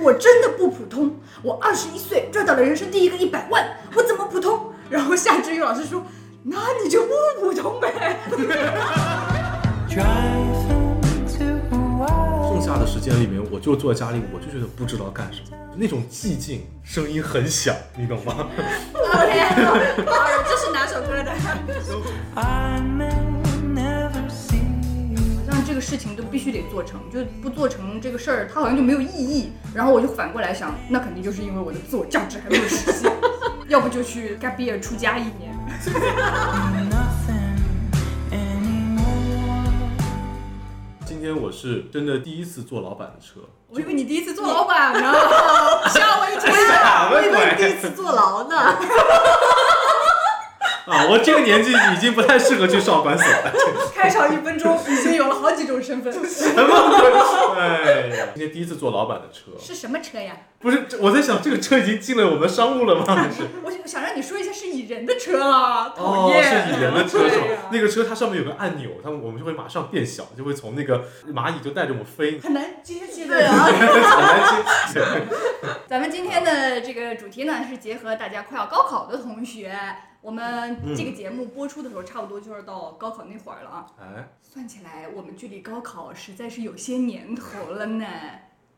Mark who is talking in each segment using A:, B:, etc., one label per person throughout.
A: 我真的不普通，我二十一岁赚到了人生第一个一百万，我怎么普通？然后夏之雨老师说，那你就不普通呗。
B: 剩下的时间里面，我就坐在家里，我就觉得不知道干什么，那种寂静，声音很响，你懂吗？
A: OK，这是哪首歌的？好像这个事情都必须得做成，就不做成这个事儿，它好像就没有意义。然后我就反过来想，那肯定就是因为我的自我价值还没有实 现，要不就去该毕业出家一年。
B: 今天我是真的第一次坐老板的车，
A: 我以为你第一次做老板呢，吓我一跳。
B: 啥
C: 我以为你 第一次坐牢呢。
B: 啊！我这个年纪已经不太适合去少管所了。
A: 开场一分钟已经有了好几种身份，
B: 什么鬼？哎呀，今天第一次坐老板的车，
A: 是什么车呀？
B: 不是这我在想，这个车已经进了我们商务 了吗？是
A: 我想让你说一下是蚁人的车啊，讨
B: 哦，
A: 厌。
B: 是蚁人的车是吧
A: 对呀
B: 那个车它上面有个按钮，它们我们就会马上变小，就会从那个蚂蚁就带着我们飞，
A: 很难接起
C: 对
A: 来。
C: 啊，
B: 很难接。
A: 咱们今天的这个主题呢，是结合大家快要高考的同学，我
B: 嗯
A: 们这个节目播出的时候，差不多就是到高考那会儿了啊。
B: 哎，
A: 算起来，我们距离高考实在是有些年头了呢。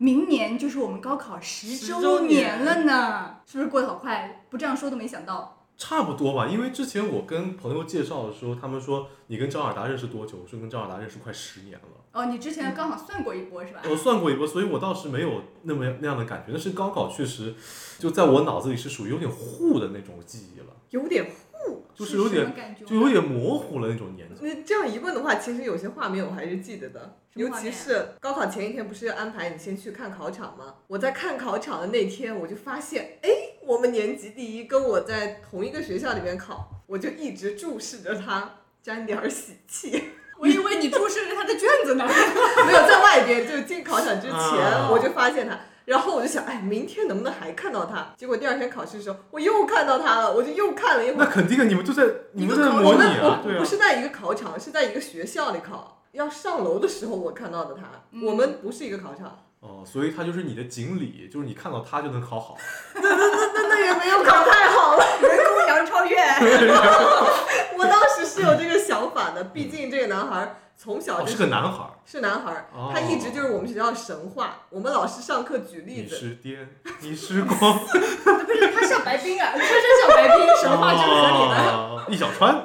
A: 明年就是我们高考十
C: 十
A: 周
C: 周
A: 年
C: 年
A: 了呢，是不是过得好快？不这样说都没想到。
B: 差不多吧，因为之前我跟朋友介绍的时候，他们说你跟张尔达认识多久？我说跟张尔达认识快十年了。
A: 哦，你之前刚好算过一波是吧？
B: 我算过一波，所以我倒是没有那么那样的感觉。但是高考确实，就在我脑子里是属于有点糊的那种记 忆了，
A: 有点糊，
B: 就是有点
A: 什么感觉，
B: 就有点模糊了那种年纪。
C: 那这样一问的话，其实有些画面我还是记得的，
A: 什么
C: 尤
A: 画面啊
C: 其是高考前一天不是安排你先去看考场吗？我在看考场的那天，我就发现，哎，我们年级第一跟我在同一个学校里面考，我就一直注视着他，沾点儿喜气。
A: 我以为你注视着他的卷子呢。
C: 没有在外边，就是进考场之前
B: 啊
C: 我就发现他。然后我就想，哎，明天能不能还看到他？结果第二天考试的时候，我又看到他了，我就又看了一会
B: 那
C: 儿。
B: 肯定啊，你们就在你们
C: 一个
B: 在
C: 考
B: 模拟
C: 我
B: 啊，对啊
C: 们不。是在一个考场，是在一个学校里考。要上楼的时候，我看到的他。
A: 嗯
C: 我们不是一个考场，
B: 哦，所以他就是你的锦鲤，就是你看到他就能考好。
C: 真的也没有考太好了。
A: 人工杨超越，
C: 我当时是有这个想法的，毕竟这个男孩儿从小
B: 哦，
C: 就是
B: 个男孩儿，
C: 是男孩儿，
B: 哦
C: 他一直就是我们学校神话。我们老师上课举
B: 你
C: 例子，
B: 是爹，你是光，
A: 不是 他像白冰啊，他真像白冰，神话之合理的。
B: 哦易小川，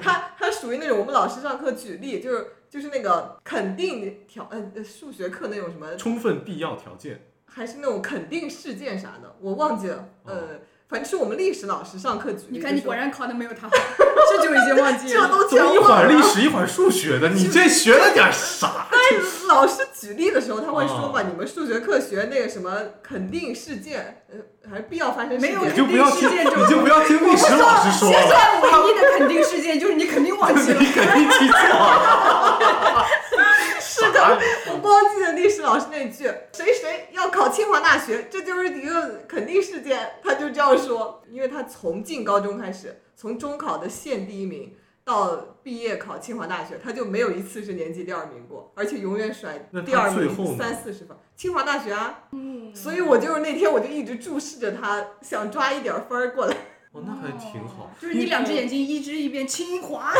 C: 他他属于那种我们老师上课举例，就是就是那个肯定条，嗯、数学课那种什么，
B: 充分必要条件。
C: 还是那种肯定事件啥的，我忘记了。
B: 哦
C: 呃，反正是我们历史老师上课举例。
A: 你看，你
C: 就说
A: 果然考的没有他 好，这就已经忘记
C: 这
A: 了。
C: 都
B: 怎
C: 全
B: 么一会
C: 忘
B: 儿
C: 了
B: 历史一会儿数学的？你这学了点啥？
C: 但是老师举例的时候，他会说嘛，
B: 哦
C: 你们数学课学那个什么肯定事件，呃，还是必要发生事
A: 没有
B: 你
C: 件。
B: 就不要听，
A: 世界中
B: 你就不要听历史老师说
A: 现
B: 了，
A: 在唯一 的肯定事件就是你肯定忘记了
B: 你。肯定记错 了。是的，
C: 我光记得历史老师那句“谁谁要考清华大学”，这就是一个肯定事件。他就这样说，因为他从进高中开始，从中考的县第一名到毕业考清华大学，他就没有一次是年级第二名过，而且永远甩
B: 那他
C: 第二
B: 最后
C: 名
B: 呢
C: 三四十分。清华大学啊，
A: 嗯
C: 所以我就是那天我就一直注视着他，想抓一点分儿过来。
B: 哦，那还挺好。
A: 就是你两只眼睛一只一边清华，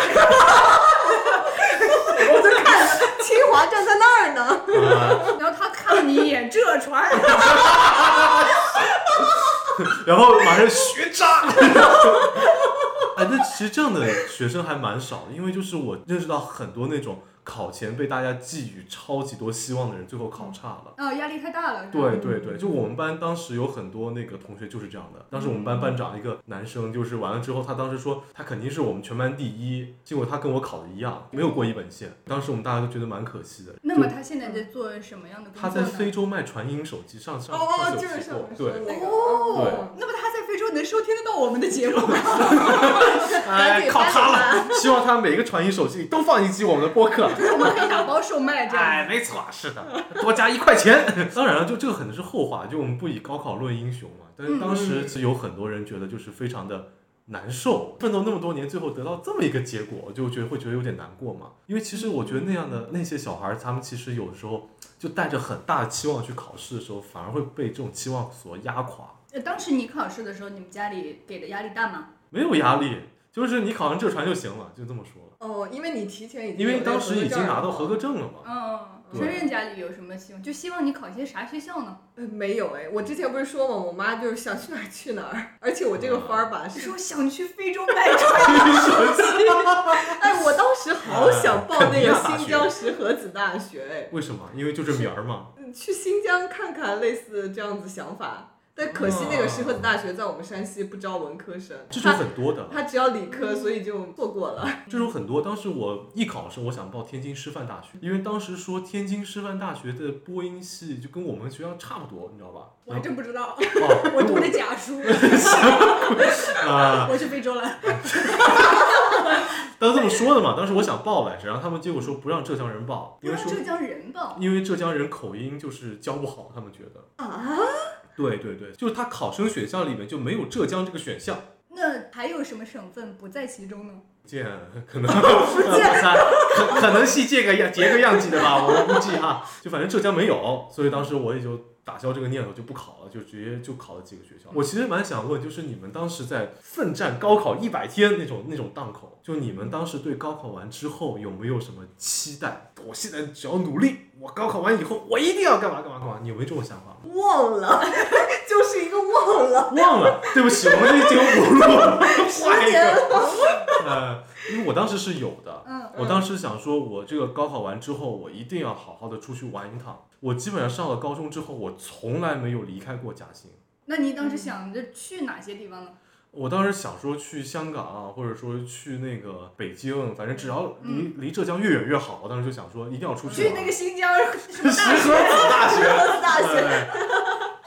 C: 我就看着清华站在那儿呢，
B: 啊
A: 然后他看了你一眼浙传，
B: 然后马上学渣。哎，那其实这样的学生还蛮少的，因为就是我认识到很多那种考前被大家寄予超级多希望的人，最后考差了。
A: 啊、压力太大了。是吧
B: 对
C: 嗯
B: 对对，就我们班当时有很多那个同学就是这样的。当时我们班班长一个男生，就是完了之后，他当时说他肯定是我们全班第一，结果他跟我考的一样，没有过一本线。当时我们大家都觉得蛮可惜的。
A: 那么
B: 就
A: 他现在在做什么样的工
B: 他
A: 作
B: 在
A: 呢？
B: 非洲卖传音手机，上上
C: 哦
B: 上次
C: 就
B: 有
C: 是
B: 提
C: 上
B: 过
C: 次，说
B: 对，
C: 那个
A: 哦，那么他在非洲能收听得到我们的节目吗？
C: 赶
B: 哎，
C: 紧
B: 靠他
C: 搬走
B: 了！希望他每个传音手机里都放一集我们的播客。
A: 就是我们可以打包售卖这样。
B: 哎，没错，是的，多加一块钱。 当然了，就这个可能是后话，就我们不以高考论英雄嘛。但是当时
C: 嗯
B: 其实有很多人觉得就是非常的难受，奋斗那么多年，最后得到这么一个结果，我就觉得会觉得有点难过嘛。因为其实我觉得那样
C: 嗯
B: 的那些小孩儿，他们其实有的时候就带着很大的期望去考试的时候，反而会被这种期望所压垮。
A: 呃当时你考试的时候，你们家里给的压力大吗？
B: 没有压力，就是你考上浙传就行了，就这么说了。
C: 哦，因为你提前已经
B: 因为
C: 有那
B: 当
C: 个
B: 时已经
C: 证
B: 拿
C: 了
B: 到合格证了嘛，
A: 嗯，
B: 对
A: 春任家里有什么希望？就希望你考一些啥学校呢？
C: 呃，没有哎，我之前不是说嘛，我妈就是想去哪儿去哪儿，而且我这
B: 啊
C: 个分儿吧是，
A: 说想去非洲卖唱，
C: 哎，我当
B: 啊
C: 时好想报那
B: 肯尼亚
C: 个
B: 大
C: 新
B: 学
C: 疆石河子大学哎，
B: 为什么？因为就这名儿嘛。
C: 嗯去新疆看看，类似这样子想法。但可惜那个石河子大学在我们山西不招文科生，
B: 这种
C: 他
B: 很多的，
C: 他只要理科，所以就错过了。
B: 这种很多。当时我艺考的时候，我想报天津师范大学，因为当时说天津师范大学的播音系就跟我们学校差不多，你知道吧？ 啊
A: 我还真不知道，
B: 哦，
A: 我读的假 书，
B: 啊、
A: 我去非洲了。
B: 当时这么说的嘛。当时我想报来着，然后他们结果说不让浙江人报，因为说
A: 浙江人吧，
B: 因为浙江人口音就是教不好，他们觉得。
C: 啊，
B: 对对对，就是他考生选项里面就没有浙江这个选项。
A: 那还有什么省份不在其中呢？
B: 见可能 可可能是这个样结个样子的吧，我估计哈，就反正浙江没有，所以当时我也就打消这个念头，就不考了，就直接就考了几个学校。我其实蛮想问，就是你们当时在奋战高考一百天那种那种档口，就你们当时对高考完之后有没有什么期待？我现在只要努力，我高考完以后我一定要干嘛干嘛干嘛？你有没有这种想法吗？
C: 忘了， 就是一个忘了。
B: 忘了，对不起，我们已经无路了，换一
C: 年
B: 个。 呃，因为我当时是有的，
A: 嗯
B: 我当时想说，我这个高考完之后，我一定要好好的出去玩一趟。我基本上上了高中之后，我从来没有离开过嘉兴。
A: 那你当时想着去哪些地方呢？
B: 我当时想说去香港啊，或者说去那个北京，反正只要离、离浙江越远越好。我当时就想说，一定要出
C: 嗯
B: 去
A: 去
B: 玩。
A: 嗯那个新疆什么
B: 石
A: 大
B: 河子大学，
C: 大学
B: 对，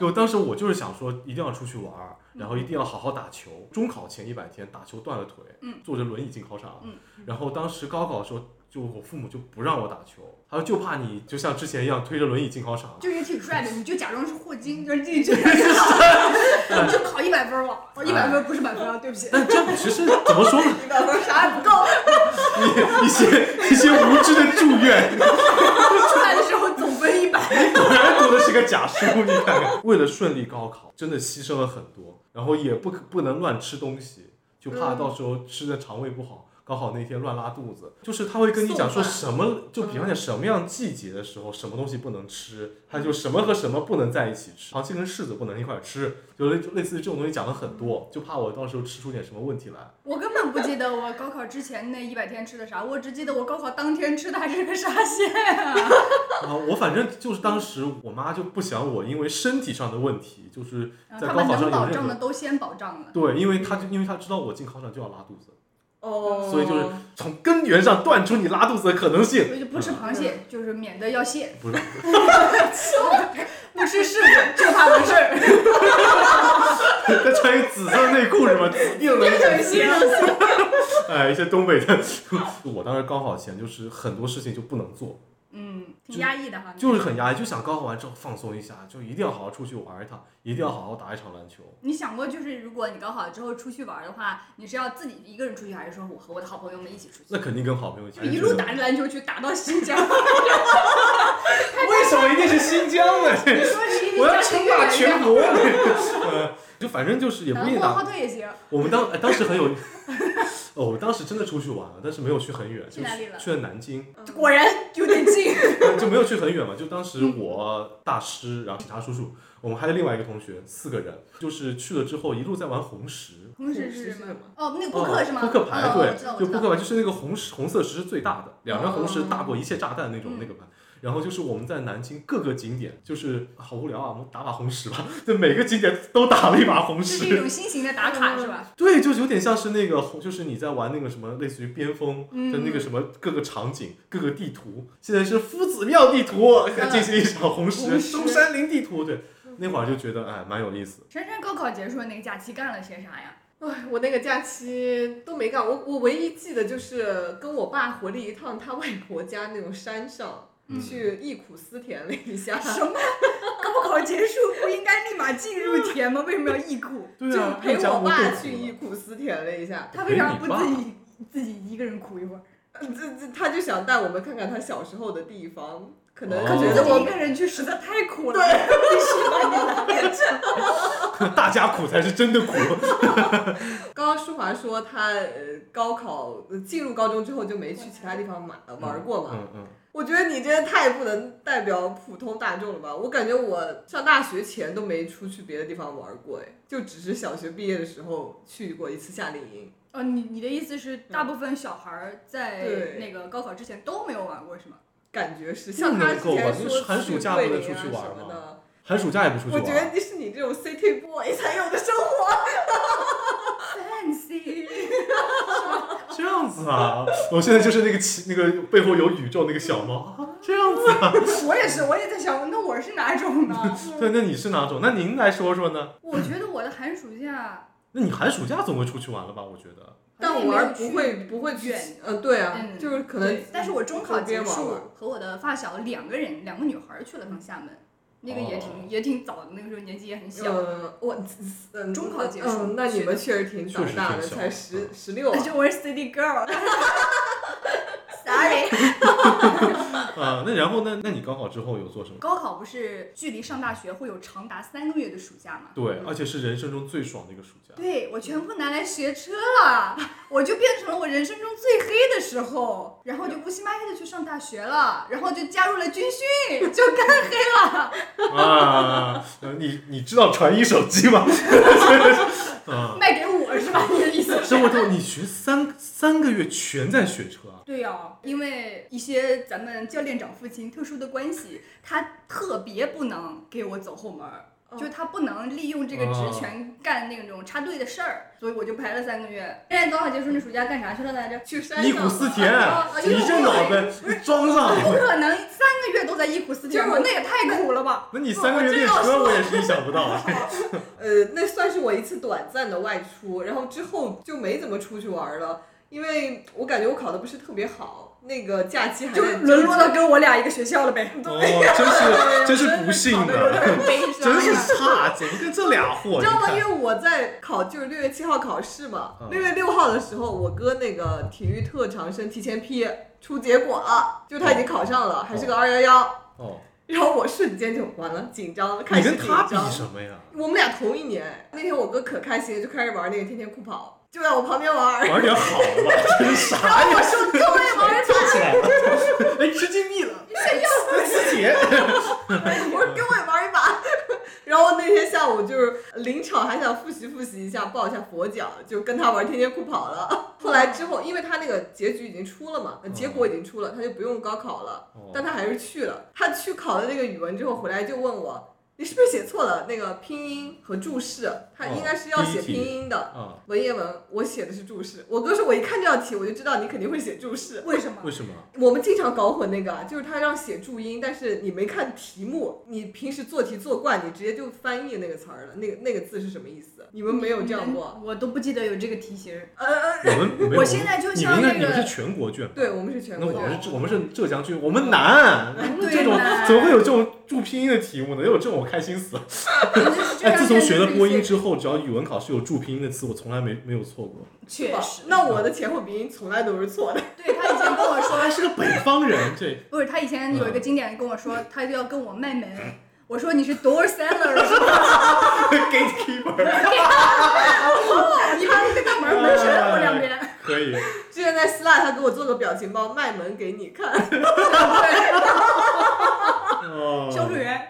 B: 就当时我就是想说，一定要出去玩儿，然后一定要好好打球。中考前一百天打球断了腿，
A: 嗯
B: 坐着轮椅进考场。
A: 嗯
B: 然后当时高考的时候，就我父母就不让我打球，他说就怕你就像之前一样推着轮椅进考场。
A: 就也挺帅 的，你就假装是霍金，就是自己就 你就考一百分吧，哦，一百分不是满分啊，对不起，
B: 但这其实怎么说呢？
C: 一百分啥也不够，
B: 一一些一些无知的祝愿，
A: 出来的时候总分一百，
B: 果然读的是个假书，你看看。为了顺利高考，真的牺牲了很多，然后也不可不能乱吃东西，就怕到时候吃的肠胃不好。高考那天乱拉肚子，就是他会跟你讲说
C: 送饭
B: 什么，就比方讲什么样季节的时候，什么东西不能吃，还有就什么和什么不能在一起吃，螃蟹跟柿子不能一块儿吃，就类类似于这种东西讲了很多，就怕我到时候吃出点什么问题来。
A: 我根本不记得我高考之前那一百天吃的啥，我只记得我高考当天吃的还是个沙县啊，
B: 啊，我反正就是当时我妈就不想我因为身体上的问题，就是
A: 然后
B: 在
A: 他
B: 高
A: 们
B: 考上
A: 能保
B: 有任
A: 障
B: 何
A: 的都先保障了。
B: 对，因为他就因为他知道我进考场就要拉肚子，
C: 哦，
B: 所以就是从根源上断除你拉肚子的可能性。
A: 所以就不吃螃蟹，就是免得要泻；
B: 不是，
A: 不吃柿子，就怕完事儿。
B: 他穿一紫色内裤什么，指定能
A: 这
B: 忍
A: 种形容
B: 哎，一些东北的， 我当时高考前就是很多事情就不能做，
A: 嗯，挺压抑的哈。
B: 就是很压抑，就想高考完之后放松一下，就一定要好好出去玩一趟，一定要好好打一场篮球。
A: 你想过，就是如果你高考之后出去玩儿的话，你是要自己一个人出去，还是说我和我的好朋友们一起出去？
B: 那肯定跟好朋友一起
A: 就。一路打着篮球去打到新 疆，
B: 为什么一定是新疆 呢？
A: 你说是因
B: 我
A: 为
B: 要
A: 家庭
B: 称
A: 越来
B: 霸
A: 越
B: 全
A: 好，
B: 国。 呃，就反正就是也不一定
A: 南
B: 打
A: 后后退也行。
B: 我们当、哎、当时很有， 哦，我当时真的出去玩了，但是没有去很远，
A: 去哪里了嗯
B: 就去了南京，呃
A: 果然有点近，
B: 就没有去很远嘛。就当时我大师，然后警察叔叔，我们还有另外一个同学，四个人，就是去了之后一路在玩红石。
A: 同
C: 时
A: 时
C: 是
A: 是
C: 什
A: 什
C: 么
A: 么？哦，那个扑克是吗？
B: 扑克牌
A: 哦
B: 对
A: 我知道，，我
B: 就
A: 知
B: 扑
A: 道。
B: 克牌就是那个红石红色石是最大的，两张红石
C: 哦
B: 大过一切炸弹那种
A: 嗯
B: 那个牌。然后就是我们在南京各个景点，就是好无聊啊，我们打把红石吧。 对，每个景点都打了一把红
A: 这
B: 石。
A: 是一种新型的打
C: 嗯
A: 卡是吧？
B: 对，就是有点像是那个，就是你在玩那个什么，类似于边锋
A: 嗯
B: 的那个什么各个场景、各个地图。现在是夫子庙地图，
C: 嗯
B: 还 进行一场红石、
A: 红石
B: 中山陵地图。对，那会儿就觉得哎，蛮有意思。
A: 珊珊高考结束的那个假期干了些啥 呀？
C: 哎，我那个假期都没干，我我唯一记得就是跟我爸回了一趟他外婆家那种山上，
B: 嗯
C: 去忆苦思甜了一下，
A: 什么？ 高考结束不应该立马进入田吗？为什么要忆苦？
B: 对啊，
C: 就陪
B: 又讲
C: 我爸
B: 过
C: 去忆苦思甜了一下，
A: 他为啥不自己自己一个人苦一
C: 哦
A: 会儿？
C: 嗯这这他就想带我们看看他小时候的地方，可能
B: 哦
A: 可
C: 觉
A: 觉
C: 得
A: 得
C: 我
A: 我
C: 们
A: 一个人去实在太苦了，必须把你拿来 这。
B: 大家苦才是真的苦。嗯
C: 刚刚舒华说他呃高考呃进入高中之后就没去其他地方呃玩玩过嘛，
B: 嗯嗯，
C: 我觉得你这太不能代表普通大众了吧？我感觉我上大学前都没出去别的地方玩过，哎，就只是小学毕业的时候去过一次夏令营。
A: 哦，你你的意思是，大部分小孩儿在
C: 对
A: 那个高考之前都没有玩过是 吗？
C: 感觉是
B: 那
C: 像他
B: 能
C: 之
B: 够吧
C: 前说
B: 就是寒暑假
C: 去
B: 不能
C: 桂林啊
B: 出去玩
C: 什么
B: 吗
C: 的，
B: 寒暑假也不出去
C: 我
B: 玩。
C: 觉得是你这种 city boy 才有的生活。
A: fancy，
B: 这样子啊，我现在就是那个奇那个背后有宇宙那个小猫啊，这样子啊。
A: 我也是，我也在想，那我是哪种呢？
B: 对，那你是哪种？那您来说说呢？
A: 我觉得我的寒暑假，
B: 那你寒暑假总会出去玩了吧？我觉得。
C: 但玩不会不会去
A: 远，
C: 呃，对啊，
A: 嗯
C: 就是可能
A: 对，但是我中考
C: 周边
A: 结
C: 玩玩
A: 束和我的发小两个人，两个女孩儿去了趟厦门，那个也
C: 哦
A: 挺也挺早的，那个时候年纪也很小，
C: 呃，我嗯
A: 中考结束哎
C: 嗯，那你们确实挺长大
B: 确
C: 的，
B: 实挺小嗯
C: 才十十六啊
A: 而。且我是 city girl。Sorry，
B: 啊，那然后呢？那你高考之后有做什么？
A: 高考不是距离上大学会有长达三个月的暑假吗？
B: 对，而且是人生中最爽的一个暑假。
A: 对我全部拿来学车了，我就变成了我人生中最黑的时候，然后就乌漆嘛黑的去上大学了，然后就加入了军训，就干黑了。
B: 啊，呃你你知道传一手机吗？ 啊，
A: 卖给我是吧？你的意思是？
B: 生活中你学三三个月全在学车啊，
A: 对呀、哦因为一些咱们教练长父亲特殊的关系，他特别不能给我走后门儿，
C: 哦
A: 就是他不能利用这个职
B: 哦
A: 权干那种插队的事儿，所以我就排了三个月。现在高考结束，那暑假干啥去了来着？
C: 去山
B: 忆
C: 上
B: 苦思
C: 了，
B: 甜
A: 啊，
B: 你这脑袋装上。
A: 不可能三个月都在忆苦思甜，
C: 就是
A: 那也太苦了吧？
B: 那你三个月练车，我也是意想不到 啊。
C: 呃，那算是我一次短暂的外出，然后之后就没怎么出去玩了，因为我感觉我考的不是特别好，那个假期还
A: 哎就
C: 在
A: 沦落到跟我俩一个学校了呗。
B: 哦，真是真是不幸的，
A: 很悲伤
B: 真
A: 呀。
B: 是差，怎么跟这俩货？
C: 你
B: 你
C: 知道吗？因
B: 看
C: 为我在考就是六月七号考试嘛
B: 嗯，
C: 六月六号的时候，我哥那个体育特长生提前批出结果了，就是他已经考上了，还是个二幺幺，
B: 哦，
C: 然后我瞬间就完了，紧张，开
B: 你
C: 始
B: 跟
C: 紧
B: 他
C: 张
B: 比。什么呀？
C: 我们俩同一年，那天我哥可开心，就开始玩那个天天酷跑，就在我旁边玩儿。
B: 玩点好吧，真 傻呀！
C: 说各位玩儿，
B: 跳起来了，哎，吃金币了，师姐，
C: 我说跟我也玩儿一把。 然后那天下午就是临场还想复习复习一下，抱一下佛脚，就跟他玩天天酷跑了。 后来之后，因为他那个结局已经出了嘛，结果已经出了，他就不用高考了
B: 嗯哦，
C: 但他还是去了。他去考了那个语文之后回来就问我，你是不是写错了那个拼音和注释？他应该是要
B: 哦第一
C: 写
B: 题
C: 拼音的。
B: 啊，
C: 文言文，我写的是注释。我哥说，我一看这道题，我就知道你肯定会写注释。
A: 为什么？
B: 为什么？
C: 我们经常搞混那个啊，就是他让写注音，但是你没看题目，你平时做题做惯，你直接就翻译那个词儿了，那个那个字是什么意思？你们没有这样过？
A: 我都不记得有这个题型儿。
C: 呃呃，
B: 我们没有
A: 我现在就
B: 你
A: 像
B: 们应该
A: 那
B: 你们
A: 个
B: 是全国卷，
C: 对，我们是全
B: 那
C: 国
B: 我们
C: 卷。
B: 是浙我们是浙江军，我们难，这种怎么会有这种注拼音的题目呢？要有这种我开心死了。哎，自从学了播音之后，只要语文考试有注拼音的词，我从来没没有 错过。
C: 是
A: 确
C: 吧
A: 实，
C: 那我的前后鼻音从来都是错的。
A: 对他以前跟我
B: 我还
A: 说，
B: 是个北方人，这
A: 不是他以前有一个经典跟我说，他就要跟我卖萌。我说你是 door seller 是 吧？
B: gatekeeper
A: 你把那个大门门神我两边。
B: 可以。
C: 之前在希腊，他给我做个表情包，卖萌给你看。
B: 哦，
A: 销售员，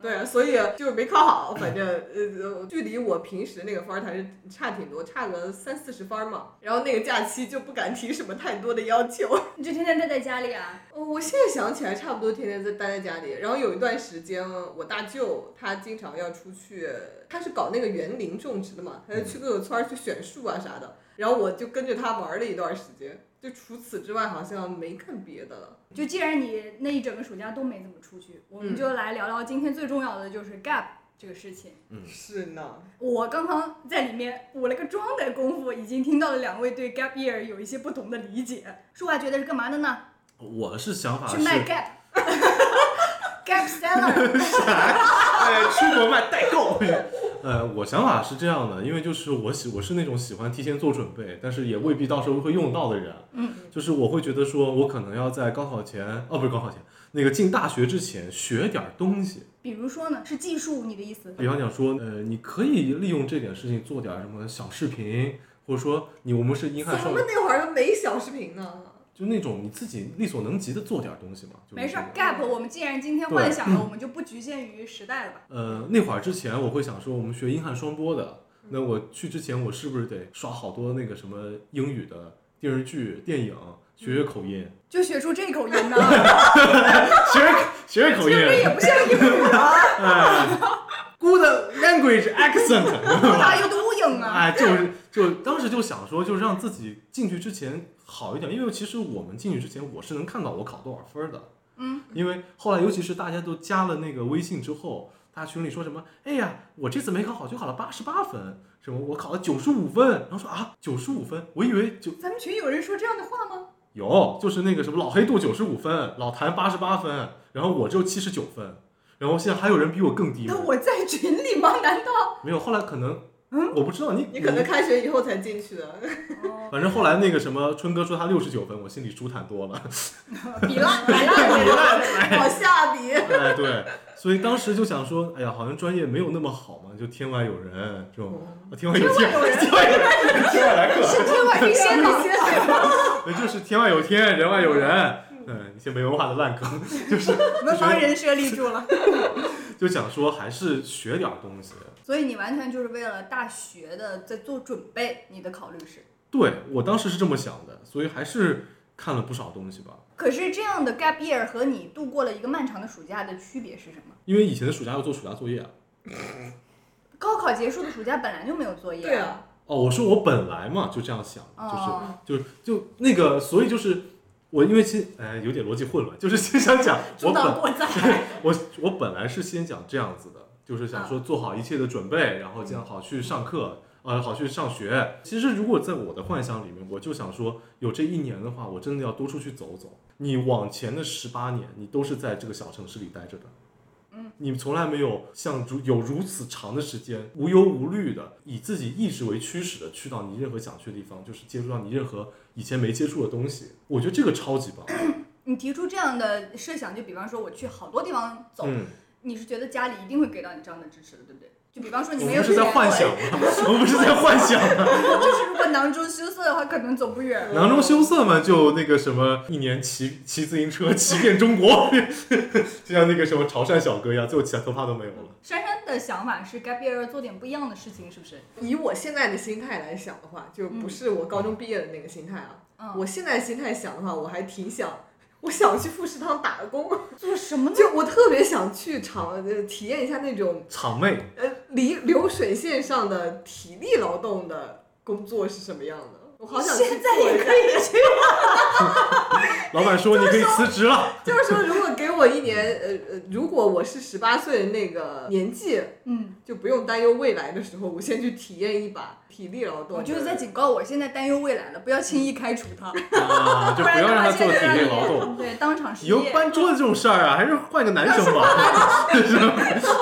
C: 对啊，所以就是没考好，反正呃，距离我平时那个分儿还是差挺多，差个三四十分儿嘛。然后那个假期就不敢提什么太多的要求。
A: 你就天天待在家里啊？
C: 哦，我现在想起来，差不多天天在待在家里。然后有一段时间，我大舅他经常要出去，他是搞那个园林种植的嘛，他就去各个村儿去选树啊啥的。然后我就跟着他玩儿了一段时间，就除此之外好像没看别的了。
A: 就既然你那一整个暑假都没怎么出去，我们就来聊聊今天最重要的就是 gap 这个事情。
C: 是呢，
A: 我刚刚在里面补了个妆的功夫，已经听到了两位对 gap year 有一些不同的理解。舒华觉得是干嘛的呢？
B: 我是想法
A: 去
B: 啊是，
A: 卖 gap，
D: Gap seller，
B: 哎，出国卖代购。 呃，我想法是这样的，因为就是我喜我是那种喜欢提前做准备，但是也未必到时候会用到的人。
A: 嗯，
B: 就是我会觉得说，我可能要在高考前，哦，不是高考前，那个进大学之前学点儿东西。
A: 比如说呢，是技术，你的意思？
B: 比方讲说，呃，你可以利用这点事情做点儿什么小视频，或者说你我们是英汉
C: 咱
B: 少
C: 们
B: 女，
C: 那会儿没小视频呢。
B: 就那种你自己力所能及的做点儿东西嘛。就是
A: 没事
B: 这
A: 儿
B: 种
A: ，gap，我们既然今天
B: 对
A: 幻想了，我们就不局限于时代了吧？
B: 呃，那会儿之前我会想说，我们学英汉双播的，那我去之前我是不是得刷好多那个什么英语的电视剧、电影，学学口音，
A: 就学出这口音 呢，
B: 学学学口
A: 这不
B: 音哎
A: 也不像英语吗？
B: ，Good language accent，
A: 哪有多硬啊？
B: 哎，就是就当时就想说，就是让自己进去之前好一点，因为其实我们进去之前我是能看到我考多少分儿的，
A: 嗯，
B: 因为后来尤其是大家都加了那个微信之后，大家群里说什么，哎呀，我这次没考好，就考了八十八分，什么我考了九十五分，然后说啊九十五分，我以为就
A: 咱们群有人说这样的话吗？
B: 有，就是那个什么老黑度九十五分，老谭八十八分，然后我只有七十九分，然后现在还有人比我更低
A: 那
B: 分，
A: 我在群里吗？难道？
B: 没有，后来可能。我不知道你，
C: 你可能开学以后才进去 的，
B: 反正后来那个什么春哥说他六十九分，我心里舒坦多了。
A: 比拉
C: 来了，好下笔。
B: 哎，对，所以当时就想说，哎呀，好像专业没有那么好嘛，就天外有人这种，啊天外有天，天外有 人，天外来 客，
A: 是天外飞仙吗？
B: 那就是天外有天，人外有人。嗯，一些没文化的烂梗， 就是
A: 我们帮人设立住了。
B: 就想说还是学点儿东西。
A: 所以你完全就是为了大学的在做准备，你的考虑是。
B: 对我当时是这么想的，所以还是看了不少东西吧。
A: 可是这样的 gap year 和你度过了一个漫长的暑假的区别是什么？
B: 因为以前的暑假要做暑假作业啊。
A: 高考结束的暑假本来就没有作业，
C: 对，啊，
B: 哦，我说我本来嘛就这样想，就是
A: 哦，
B: 就就那个，所以就是我因为先哎有点逻辑混乱，就是先想讲我本
A: 过载，
B: 我我本来是先讲这样子的，就是想说做好一切的准备，然后
A: 嗯
B: 这样好去上课，呃，好去上学。其实如果在我的幻想里面，我就想说有这一年的话，我真的要多出去走走。你往前的十八年，你都是在这个小城市里待着的。
A: 嗯，
B: 你从来没有像如有如此长的时间无忧无虑的，以自己意识为驱使的去到你任何想去的地方，就是接触到你任何以前没接触的东西。我觉得这个超级 棒。嗯
A: 你提出这样的设想，就比方说我去好多地方走，
B: 嗯，
A: 你是觉得家里一定会给到你这样的支持的，对不对？就比方说你
B: 我
A: 没
B: 们
A: 有
B: 不是在
A: 钱
B: 幻想，吗？ 我们不是在幻想 吗。
A: 就是如果囊中羞涩的话，可能走不远了。
B: 囊中羞涩嘛，就那个什么，一年骑骑自行车骑遍中国， 就像那个什么潮汕小哥一样，最后起来头发都没有了。
A: 珊珊的想法是 gap year 做点不一样的事情，是不是？
C: 以我现在的心态来想的话，就不是我高中毕业的那个心态啊。
A: 嗯，
C: 我现在心态想的话，我还挺想，我想去富士康打个工，
A: 做什么呢？
C: 就我特别想去尝呃体验一下那种
B: 场妹，
C: 呃流流水线上的体力劳动的工作是什么样的。我好想去
A: 现在
C: 做一
A: 也
C: 下
A: 可以去，
B: 老板说你可以辞职了。
C: 就是说，如果给我一年，呃呃，如果我是十八岁的那个年纪，
A: 嗯，
C: 就不用担忧未来的时候，我先去体验一把体力劳 动。
A: 我就是在警告我现在担忧未来了，不要轻易开除他，
B: 啊，就不要让他做体力劳动。
A: 动，对，当场失
B: 以后
A: 业。
B: 搬桌子这种事儿啊，还是换个男生吧。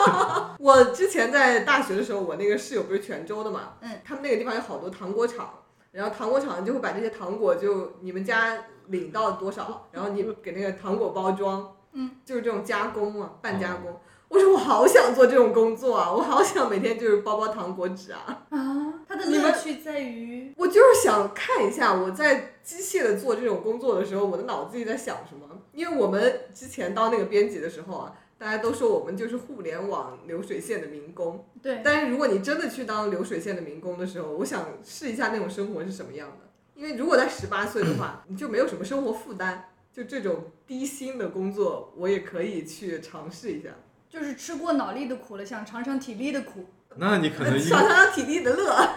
C: 我之前在大学的时候，我那个室友不是泉州的嘛，
A: 嗯，
C: 他们那个地方有好多糖果厂，然后糖果厂就会把这些糖果就你们家领到多少，然后你给那个糖果包装，
A: 嗯，
C: 就是这种加工嘛，半加工。我说我好想做这种工作啊，我好想每天就是包包糖果纸啊。
A: 啊，他的
C: 你
A: 乐
C: 们
A: 趣在于，
C: 我就是想看一下我在机械的做这种工作的时候，我的脑子里在想什么。因为我们之前当那个编辑的时候啊，大家都说我们就是互联网流水线的民工。
A: 对，
C: 但是如果你真的去当流水线的民工的时候，我想试一下那种生活是什么样的。因为如果在十八岁的话，你就没有什么生活负担，就这种低薪的工作，我也可以去尝试一下，
A: 就是吃过脑力的苦了，想尝尝体力的 苦。
B: 那你可能一
C: 尝
B: 个，
C: 尝体力的乐。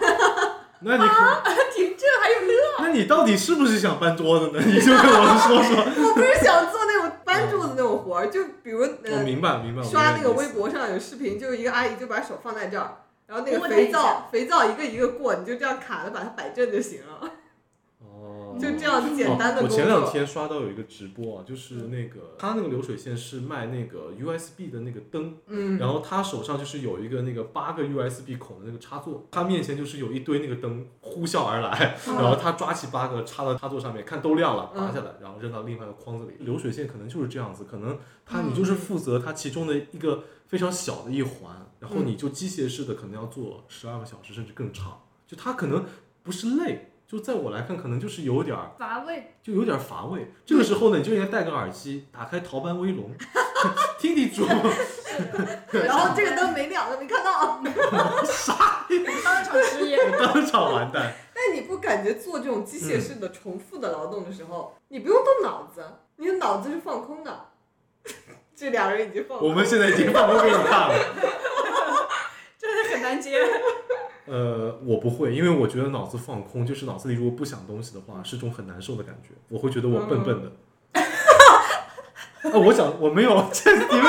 B: 那你可，
A: 挺这还有乐，
B: 那你到底是不是想搬桌子呢？你就跟我说 说。
C: 我不是想做那种搬柱子那种活儿，就比如
B: 我
C: 呃，
B: 哦明白，明白。我明
C: 刷
B: 白
C: 那个
B: 你的意
C: 微
B: 思，
C: 博上有视频，就是一个阿姨就把手放在这儿，然后那
A: 摸
C: 个
A: 它
C: 肥
A: 一下
C: 皂肥皂一个一个过，你就这样卡着把它摆正就行了。
B: 哦，
C: 就这样简单的
B: 我
C: 工作。
B: 前两天刷到有一个直播啊，就是那个他那个流水线是卖那个 USB 的那个灯，
C: 嗯，
B: 然后他手上就是有一个那个八个 USB 孔的那个插座，他面前就是有一堆那个灯呼啸而来，
C: 嗯
B: 然后他抓起八个插到插座上面，看都亮了，
C: 嗯
B: 拔下来，然后扔到另外一个筐子里。流水线可能就是这样子，可能他
C: 嗯
B: 你就是负责它其中的一个非常小的一环，然
C: 嗯
B: 后你就机械式的可能要做十二个小时甚至更长，就它可能不是累。就在我来看，可能就是有点儿
A: 乏味。
B: 就有点乏味。这个时候呢，你就应该戴个耳机，打开逃班威龙， 听听主播
C: 然后这个灯没亮，没看到。
A: 当场失业。
B: 当场完蛋。
C: 但你不感觉做这种机械式的重复的劳动的时候，你不用动脑子，你的脑子是放空的。 这俩人已经放空
B: 我
C: 了。
B: 们现在已经放空给你看了。
A: 真的很难 接。
B: 呃，我不会，因为我觉得脑子放空，就是脑子里如果不想东西的话，是种很难受的感觉。我会觉得我笨笨的。 啊、我想我没有，这你们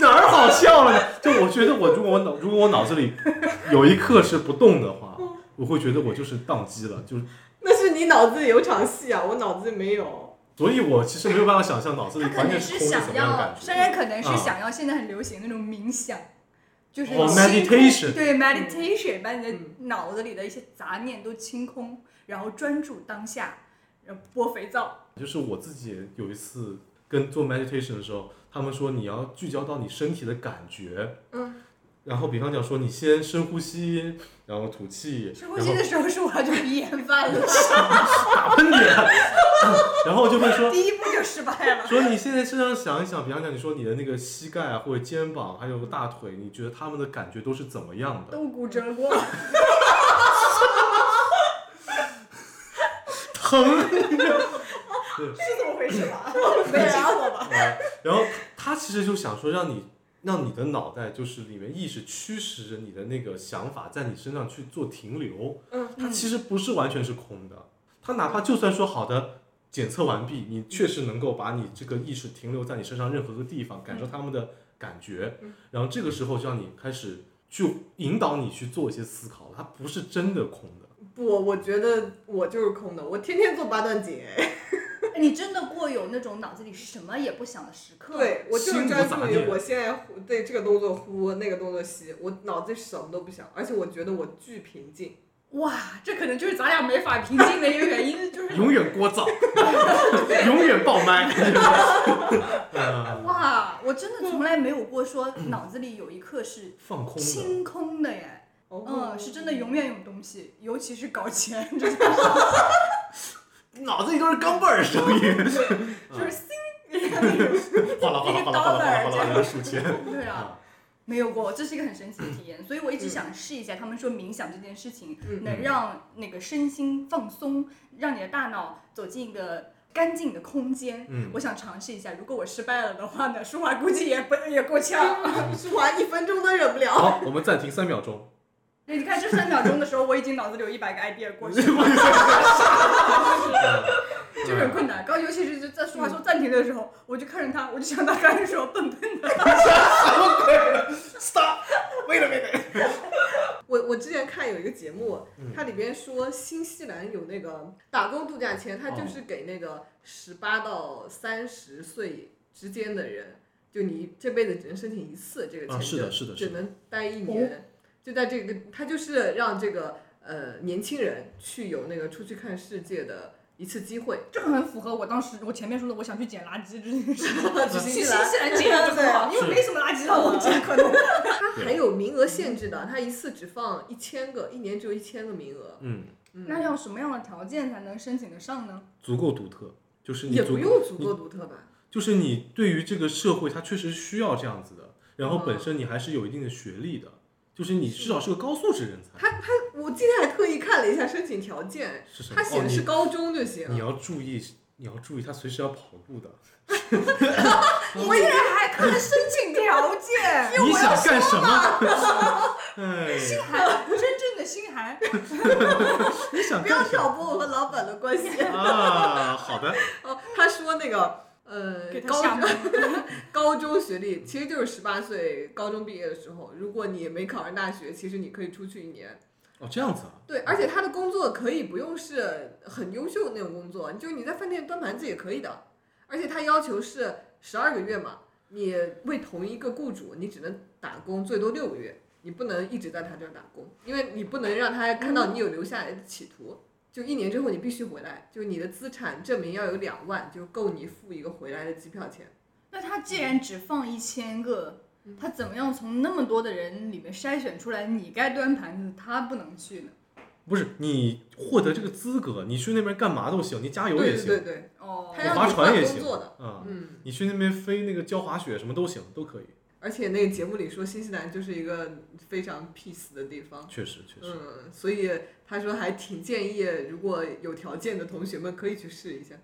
B: 哪儿好笑了呢？就我觉得我如果我脑如果我脑子里有一刻是不动的话，我会觉得我就是宕机了，就是。
C: 那是你脑子里有场戏啊，我脑子里没有。
B: 所以我其实没有办法想象脑子里
D: 他可
B: 完
D: 能
B: 全是空
D: 是
B: 的什
D: 想
B: 么样的
D: 要
B: 感，觉。啊
A: 珊珊可能是想要现在很流行那种冥想，就是清
B: 哦
A: 空
B: meditation
A: 对 meditation，把你的脑子里的一些杂念都清空，然后专注当下，然后播肥皂。
B: 就是我自己有一次跟做 meditation 的时候，他们说你要聚焦到你身体的感觉，
C: 嗯，
B: 然后比方讲说你先深呼吸，然后吐气，
A: 深呼吸的时候是我要去鼻炎犯了，
B: 然后打喷嚏，然后就会说
A: 第一步就失败了。
B: 说你现在身上想一想，比方讲你说你的那个膝盖啊或者肩膀还有大腿，你觉得他们的感觉都是怎么样的？
A: 都骨折过，
B: 疼。
A: 是怎么回事啊吧？
C: 没有。
B: 啊然后他其实就想说，让你让你的脑袋就是里面意识驱使着你的那个想法在你身上去做停留。
C: 嗯，
B: 它其实不是完全是空的，它哪怕就算说好的检测完毕，你确实能够把你这个意识停留在你身上任何个地方，
C: 嗯
B: 感受他们的感觉，然后这个时候就让你开始去引导你去做一些思考，它不是真的空的。
C: 不，我觉得我就是空的，我天天做八段锦。
A: 你真的过有那种脑子里什么也不想的时刻？，
C: 对我就
B: 心
C: 是
B: 无
C: 专
B: 杂
C: 注于
B: 念
C: 我现在呼对这个动作呼，那个动作吸，我脑子什么都不想，而且我觉得我巨平静。
A: 哇，这可能就是咱俩没法平静的一个原因， 就是
B: 永远聒噪，永远爆麦。 嗯
A: 哇，我真的从来没有过说脑子里有一刻是
B: 放空的。
A: 清空的耶。
C: 哦
A: 嗯， 是真的永远有东西，尤其是搞钱，这种
B: 脑子里都是钢镚儿声音，
A: 就是 sing，
B: 哗啦哗啦哗啦哗啦哗啦哗啦在那数钱。
A: 对啊，没有过，这是一个很神奇的体验，所以我一直想试一下。他们说冥想这件事情
C: 嗯
A: 能让那个身心放松，让你的大脑走进一个干净的空间。
B: 嗯
A: 我想尝试一下，如果我失败了的话呢，舒华估计也不也够 呛。
C: 舒华一分钟都忍不了。
B: 好，我们暂停三秒 钟。
A: 对，你看这三秒钟的时候，我已经脑子里有一百个 idea 过去了，就是很困难。刚尤其是就在舒华说暂停的时候，我就看着他，我就想到刚才说 笨笨的。
B: Stop！为了为 了，
C: 我我之前看有一个节目
B: 嗯，
C: 它里边说新西兰有那个打工度假签，它就是
B: 哦
C: 给那个十八到三十岁之间的人，就你这辈子只能申请一次这个签证，
B: 啊是的是的是
C: 只
B: 的
C: 能待一年，就在这个，它就是让这个呃年轻人去有那个出去看世界的一次机 会。
A: 这个很符合我当时我前面说的，我想去捡垃圾这件事。
C: 去新
A: 去
C: 西
A: 新
C: 兰，
A: 西兰捡就很好，因为
B: 是
A: 没什么垃圾让啊我捡，可能。
C: 它还有名额限制的，它一次只放一千个，一年只有一千个名额。
B: 嗯，
A: 那要什么样的条件才能申请得上呢？
B: 足够独特，就是你
C: 也不
B: 足，
C: 用足够独特吧？
B: 就是你对于这个社会，它确实需要这样子的。然后本身你还是有一定的学历的，就是你至少是个高素质人才。
C: 他他，我今天还特意看了一下申请条件，
B: 是什么？
C: 他写
B: 哦
C: 的是高中就行。
B: 你你要注意，你要注意，他随时要跑路的。
A: 我竟然还看了申请条件，
C: 哎
B: 你想干什么？ 哎，
A: 心寒，真正的心寒。
B: 你想
C: 不要
B: 干什么？
C: 挑拨我和老板的关 系。
B: 啊，好的，
C: 哦，他说那个呃，
A: 给他
C: 高
A: 下
C: 中
A: 面
C: 高中学历其实就是十八岁高中毕业的时候，如果你没考上大学，其实你可以出去一年。
B: 哦，这样子啊，
C: 对，而且他的工作可以不用是很优秀的那种工作，就是你在饭店端盘子也可以的。而且他要求是十二个月嘛，你为同一个雇主，你只能打工最多六个月，你不能一直在他这儿打工，因为你不能让他看到你有留下来的企图。就一年之后你必须回来，就是你的资产证明要有两万，就够你付一个回来的机票钱。
A: 那他既然只放一千个，他怎么样从那么多的人里面筛选出来你该端盘子，他不能去呢？
B: 不是你获得这个资格，你去那边干嘛都行，你加油也
C: 对对
B: 行，
C: 对对，
A: 哦
C: 他
B: 你
C: 让
B: 划
C: 你
B: 船
C: 换
B: 也
C: 工
B: 行
C: 作的，
B: 嗯，
C: 嗯。
B: 你去那边飞那个教滑雪什么都行，都可以，
C: 而且那个节目里说，新西兰就是一个非常 peace 的地方，
B: 确实确实，
C: 嗯，所以他说还挺建议，如果有条件的同学们可以去试一下。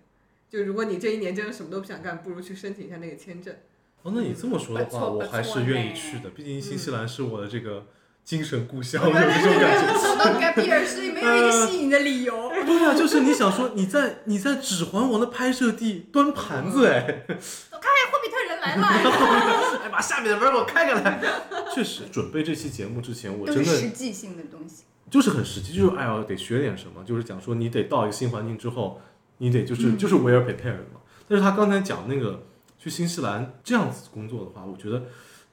C: 就如果你这一年真的什么都不想干，不如去申请一下那个签证。
B: 哦，那你这么说的
A: 不
B: 话，
A: 错
B: 我
A: 不
B: 还
A: 错
B: 是愿意
A: 呢
B: 去的，毕竟新西兰是我的这个精神故乡，有
A: 原
B: 一
A: 来
B: 种
A: 你
B: 感
A: 没有找到
B: 觉。
A: 该比尔是没有一个吸引的理由。
B: 对啊，就是你想说你在你在《指环王》的拍摄地端盘子哎，
A: 霍比特人来了，
B: 哎，把下面的门给我开开来。确实，准备这期节目之前，我
A: 都
B: 真
A: 是
B: 的
A: 实际性的东西。
B: 就是很实际，就是哎呀，得学点什么，就是讲说你得到一个新环境之后，你得
A: 嗯
B: 就是就是 well prepared 嘛。但是他刚才讲那个去新西兰这样子工作的话，我觉得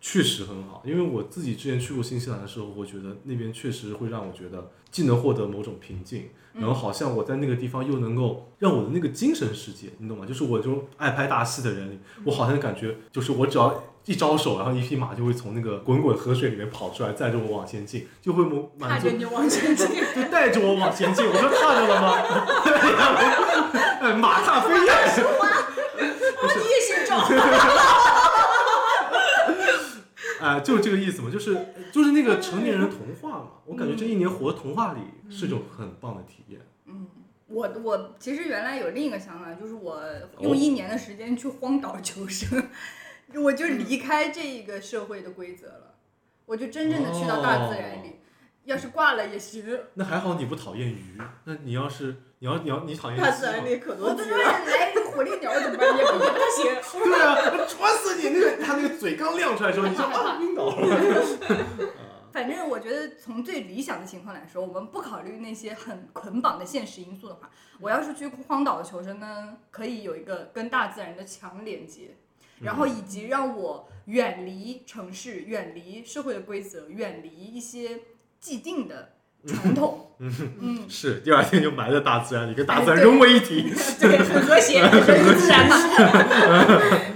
B: 确实很好，因为我自己之前去过新西兰的时候，我觉得那边确实会让我觉得既能获得某种平静，
A: 嗯
B: 然后好像我在那个地方又能够让我的那个精神世界，你懂吗？就是我就爱拍大戏的人，我好像感觉就是我只要一招手，然后一匹马就会从那个滚滚河水里面跑出来，载着我往前进，就会满满
A: 踏
B: 足
A: 着你往前进，
B: 就带着我往前进，我说踏着了吗？ 哎，马踏飞燕。
A: 夜行照。
B: 啊、就是这个意思嘛，就是就是那个成年人童话嘛，我感觉这一年活童话里是种很棒的体验。
A: 我我其实原来有另一个想法，就是我用一年的时间去荒岛求生， 我就离开这个社会的规则了，我就真正的去到大自然里。要是挂了也行，
B: 那还好你不讨厌鱼，那你要是你要你要你讨厌
C: 大
B: 鸡
C: 自然
B: 吗？
C: 里可
A: 我
C: 多
A: 在
C: 鸡
A: 这
C: 了，
A: 儿来一个火烈鸟怎么办？也不也不行。
B: 对啊， 戳死你！那个他那个嘴刚亮出来的时候，你就啊晕倒了。
A: 反正我觉得从最理想的情况来说，我们不考虑那些很捆绑的现实因素的话，我要是去荒岛求生呢，可以有一个跟大自然的强连接，然后以及让我远离城市、远离社会的规则、远离一些既定的传统。嗯，
B: 是，第二天就埋在大自然里，跟大自然
A: 哎对
B: 融为一体。
A: 对，很和 谐，很和自然嘛。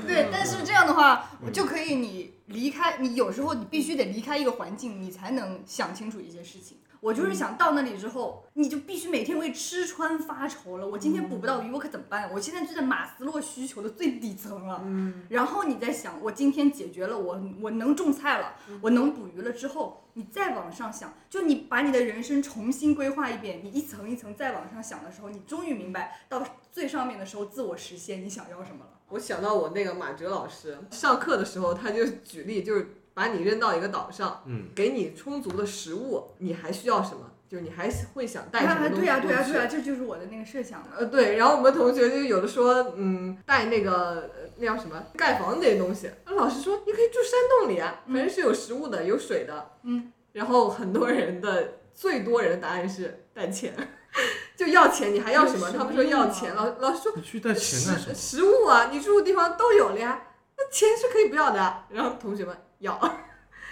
A: 对，但是这样的话，就可以你离开，你有时候你必须得离开一个环境，你才能想清楚一些事情。我就是想到那里之后，你就必须每天为吃穿发愁了。我今天捕不到鱼，我可怎么办？我现在就在马斯洛需求的最底层了。
C: 嗯，
A: 然后你再想，我今天解决了我我能种菜了，我能捕鱼了之后，你再往上想，就你把你的人生重新规划一遍，你一层一层再往上想的时候，你终于明白到最上面的时候，自我实现你想要什么了。
C: 我想到我那个马哲老师上课的时候，他就举例，就是把你扔到一个岛上，
B: 嗯，
C: 给你充足的食物，你还需要什么？就是你还会想带什么
A: 啊，
C: 东西
A: 对呀、
C: 过
A: 对呀、
C: 去
A: 对呀、这就是我的那个设想了。
C: 呃，对，然后我们同学就有的说，嗯，带那个呃那叫什么盖房子那些东西。那老师说，你可以住山洞里啊，反正是有食物的，有水的。
A: 嗯。
C: 然后很多人的最多人的答案是带钱， 就要钱，你还要什么？
A: 有
C: 他们
A: 什么
C: 说要
A: 用啊
C: 钱，老老师说
B: 你去带钱干什
C: 食
B: 么？
C: 食物啊，你住的地方都有了呀，那钱是可以不要的啊。然后同学们要，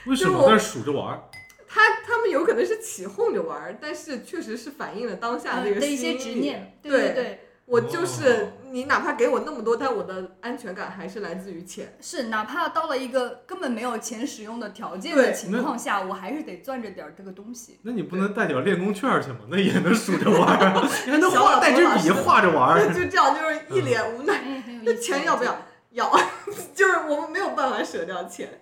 B: 为什么在那数着玩儿？
C: 他他们有可能是起哄着玩儿，但是确实是反映了当下这个
A: 的呃一
C: 心
A: 些执
C: 理
A: 念，
C: 对
A: 对对，
C: 我就是
B: 哦
C: 你，哪怕给我那么多，但我的安全感还是来自于钱。
A: 是哪怕到了一个根本没有钱使用的条件
C: 对
A: 的
B: 那
A: 情况下，我还是得攥着点儿这个东西。
B: 那你不能带点练功券儿去吗？那也能数着玩儿 啊，你还能
C: 小老
B: 画
C: 头
B: 带支
C: 老
B: 笔
C: 师
B: 画着玩儿。
C: 就这样，就是
B: 嗯
C: 一脸无奈。
A: 哎，很有意
C: 那
A: 思
C: 钱要不要？要， 就是我们没有办法舍掉钱。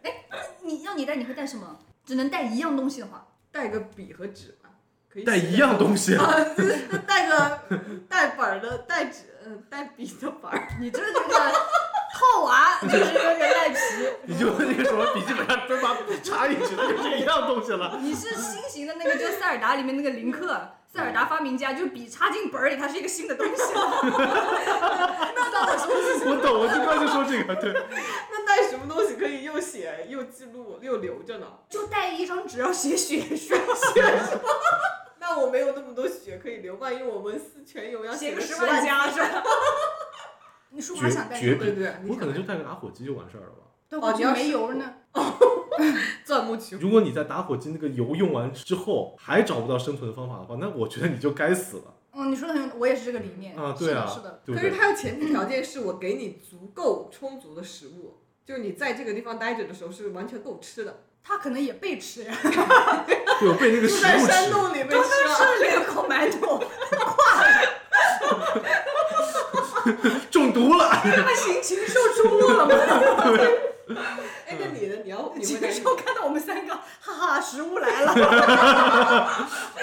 A: 你要你带你会带什么？只能带一样东西的话，
C: 带个笔和纸吧，可以
B: 带一样东西
C: 西， 啊，就是带个带本儿的，带纸，嗯，带笔的本儿。
A: 你这个 套娃就是有点赖皮。
B: 你就那个什么笔记本上都把笔插进去，那就是一样东西了。
A: 你是新型的那个，就是塞尔达里面那个林
C: 嗯
A: 克，塞尔达发明家，就是笔插进本儿里，它是一个新的东西。 那到我什么？
B: 我懂，我就刚就说这个，对，
C: 那带什么东西可以又写又记录又留着呢？
A: 就带一张纸要写血书，
C: 我没有那么多血可以流，万一我们四全游要
D: 写
C: 个
D: 个
C: 十
D: 十万
C: 加，
D: 加是 吧？
A: 你舒华
B: 绝
A: 想干什
B: 绝
A: 么？
C: 对对，
B: 我可能就带个打火机就完事儿了吧。
A: 对，
C: 哦
A: 我
C: 你
A: 觉
C: 要
A: 得没
C: 是
A: 油呢。
C: 钻木取火。
B: 如果你在打火机那个油用完之后还找不到生存方法的话，那我觉得你就该死了
A: 嗯，你说的很有，我也是这个理念。
B: 啊！
A: 是
B: 对啊，
A: 的，是的。
B: 对
C: 可
B: 不
C: 是
B: 对？
C: 它的前提条件是我给你足够充足的食物，就是你在这个地方待着的时候是完全够吃的。
A: 他可能也被吃，
B: 对，我被那个
C: 住
B: 食
C: 在
B: 物
C: 山
B: 吃，
C: 洞里被吃 了，
D: 两口馒 头，
B: 中毒了。
D: 他行禽兽出没了吗？
C: 哎，
B: 嗯
C: 那你呢？你要你
D: 禽
C: 会
D: 兽看到我们三个，哈哈，食物来 了，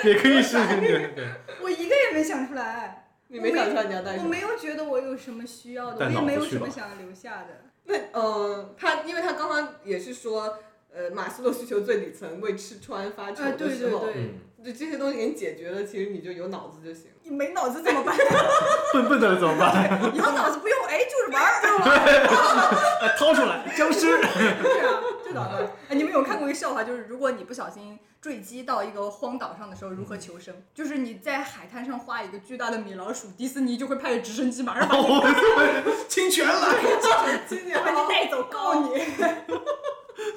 B: 也可以是，对对
D: 我一个也没想出来，
C: 你没想出来你要带
D: 我
C: 什么？
D: 没有觉得我有什么需要的，
B: 带
D: 我也
B: 脑
D: 没
B: 子
D: 有
B: 去
D: 什
B: 吧
D: 么想留下的。
C: 那呃，他因为他刚刚也是说，呃，马斯洛需求最底层为吃穿发愁
D: 啊，
C: 的
D: 对
C: 时
D: 对
C: 候，
D: 对，
B: 嗯，
C: 就这些东西给你解决了，其实你就有脑子就行了。
D: 你没脑子怎么办？
B: 笨笨的怎么办？
D: 有脑子不用，哎，就是玩儿，就是玩儿。
B: 掏出来，僵 尸。
A: 对啊，这倒是。哎，你们有看过一个笑话，就是如果你不小心坠机到一个荒岛上的时候，
B: 嗯
A: 如何求生？就是你在海滩上画一个巨大的米老鼠，迪士尼就会派直升机马上把你
B: 侵权了
C: 今 年
A: 把你 带走，告你，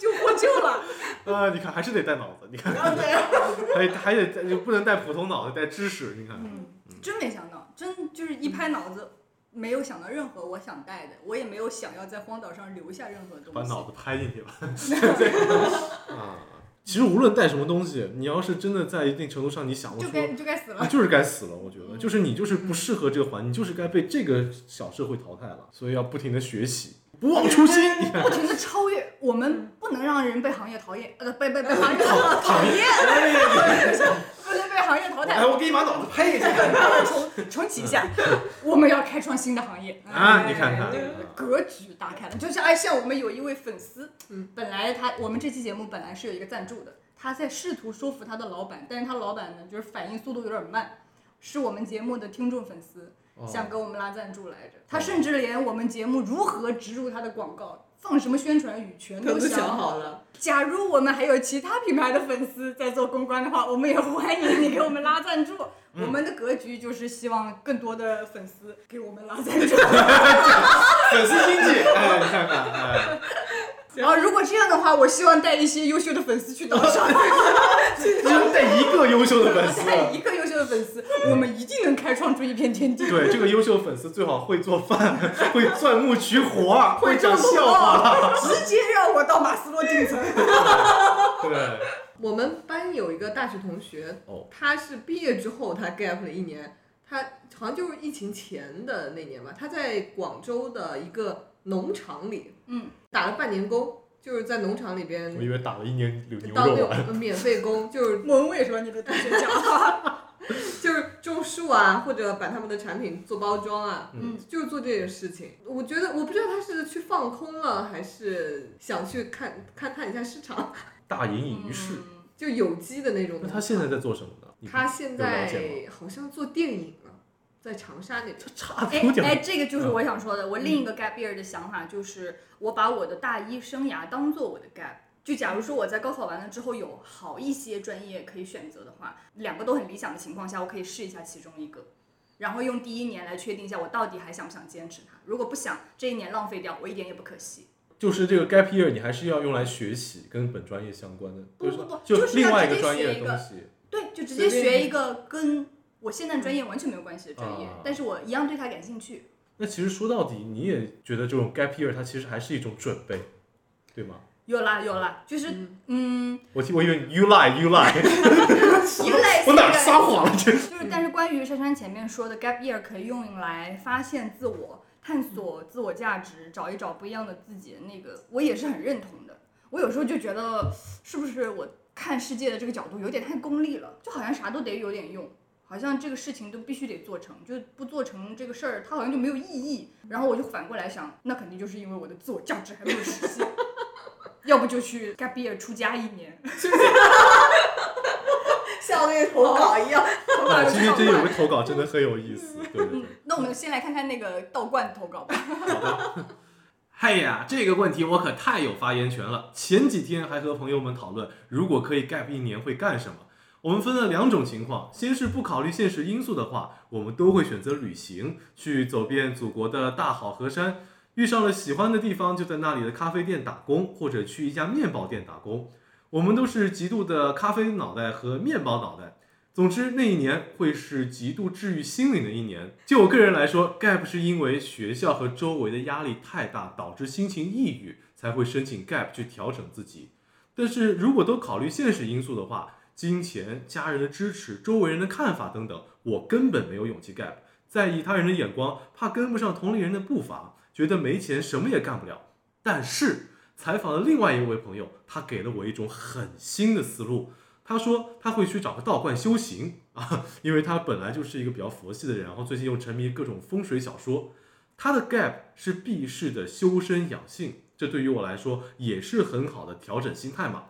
A: 就获救了。
B: 啊！你看，还是得带脑子，你看，
A: 啊
B: 还还得带就不能带普通脑袋，带知识，你看，
A: 嗯，真没想到，真就是一拍脑子。没有想到任何我想带的，我也没有想要在荒岛上留下任何东西。
B: 把脑子拍 进去吧。 啊，其实无论带什么东西，你要是真的在一定程度上，你想过
A: 就
B: 说，
A: 该就该死
B: 你
A: 了。嗯
B: 就是该死了。我觉得，就是你就是不适合这个环境，你就是该被这个小社会淘汰了。所以要不停的学习，不忘初心。 你看
A: 不停的超越，我们不能让人被行业讨厌，呃，被被被行业讨讨厌， 不能被行业淘汰
B: 哎，。我给你把脑子拍一下
A: 重重启一下，我们要开创新的行业
B: 啊！你看看，
C: 哎
B: 啊
A: 格局打开了，就是哎，像我们有一位粉丝，
C: 嗯，
A: 本来他我们这期节目本来是有一个赞助的，他在试图说服他的老板，但是他老板呢就是反应速度有点慢，是我们节目的听众粉丝
B: 哦
A: 想给我们拉赞助来着，他甚至连我们节目如何植入他的广告。放什么宣传语全
C: 都
A: 都
C: 想
A: 好
C: 好。了，
A: 假如我们还有其他品牌的粉丝在做公关的话，我们也欢迎你给我们拉赞助。
B: 嗯
A: 我们的格局就是希望更多的粉丝给我们拉赞 助。
B: 粉丝经济，哎，你看 看，哎，
A: 然后啊如果这样的话，我希望带一些优秀的粉丝去岛上，
B: 真的一个优秀的 粉丝。啊
A: 带一个优秀的粉丝，我们一定能开创出一片天 地。
B: 对，这个优秀粉丝最好会做饭，会钻木取火，会讲笑话。
A: 话，直接让我到马斯洛 顶层。
B: 对，
C: 我们班有一个大学同学，
B: 哦
C: 他是毕业之后他 gap 了一年，他好像就是疫情前的那年吧，他在广州的一个农场里，
A: 嗯，
C: 打了半年工，就是在农场里边
B: 我以为打了一年牛牛
C: 当那
B: 肉啊
C: 种
B: 丸。
C: 呃免费工，就是
A: 文伟说你的同学讲，
C: 就是种树啊，或者把他们的产品做包装啊，
A: 嗯，
C: 就是做这件事情。我觉得我不知道他是去放空了，还是想去看勘探一下市场，
B: 大隐隐于市。
A: 嗯
C: 就有机的那种。
B: 那他现在在做什么呢？你
C: 他现
B: 有了解
C: 在好像做电影了，在长沙那边。
B: 这差
A: 哎
B: 多点儿。
A: 哎，这个就是我想说的。我另一个 gap year 的想法就是，我把我的大一生涯当做我的 gap。就假如说我在高考完了之后有好一些专业可以选择的话，两个都很理想的情况下，我可以试一下其中一个，然后用第一年来确定一下我到底还想不想坚持它。如果不想，这一年浪费掉，我一点也不可惜。
B: 就是这个 gap year，你还是要用来学习跟本专业相关的，
A: 不不不
B: 就
A: 就是是
B: 另
A: 要
B: 外
A: 直
B: 个
A: 接
B: 专
A: 学
B: 业的
A: 一个
B: 东西。
A: 对，就直接
C: 随
A: 学
C: 便
A: 一个跟我现在专业完全没有关系的专业，
B: 啊
A: 但是我一样对它感兴趣。
B: 那其实说到底，你也觉得这种 gap year 它其实还是一种准备，对吗？
A: 有啦有啦，就是 嗯，
B: 我我以为你 you lie you lie，
A: 一类
B: 我
A: 似的
B: 哪撒谎了？这
A: 就是，但是关于珊珊前面说的 gap year 可以用来发现自我、探索自我价值、找一找不一样的自己，那个我也是很认同的。我有时候就觉得，是不是我看世界的这个角度有点太功利了？就好像啥都得有点用，好像这个事情都必须得做成，就不做成这个事儿，它好像就没有意义。然后我就反过来想，那肯定就是因为我的自我价值还没有实现， 要不就去 gap year 出家一年。
C: 像那个投稿一样，
B: 啊， 今天这有个投稿真的很有意思，对对对。
A: 那我们先来看看那个道观投稿吧。
B: 好的。嗨呀，这个问题我可太有发言权了。前几天还和朋友们讨论，如果可以 gap 一年会干什么。我们分了两种情况，先是不考虑现实因素的话，我们都会选择旅行，去走遍祖国的大好河山。遇上了喜欢的地方，就在那里的咖啡店打工，或者去一家面包店打工。我们都是极度的咖啡脑袋和面包脑袋。总之，那一年会是极度治愈心灵的一年。就我个人来说，gap 是因为学校和周围的压力太大，导致心情抑郁，才会申请 gap 去调整自己。但是如果都考虑现实因素的话，金钱、家人的支持、周围人的看法等等，我根本没有勇气 gap，在意他人的眼光，怕跟不上同龄人的步伐，觉得没钱什么也干不了。但是采访了另外一位朋友，他给了我一种很新的思路。他说他会去找个道观修行啊，因为他本来就是一个比较佛系的人，然后最近又沉迷各种风水小说。他的 gap 是避世的修身养性，这对于我来说也是很好的调整心态嘛。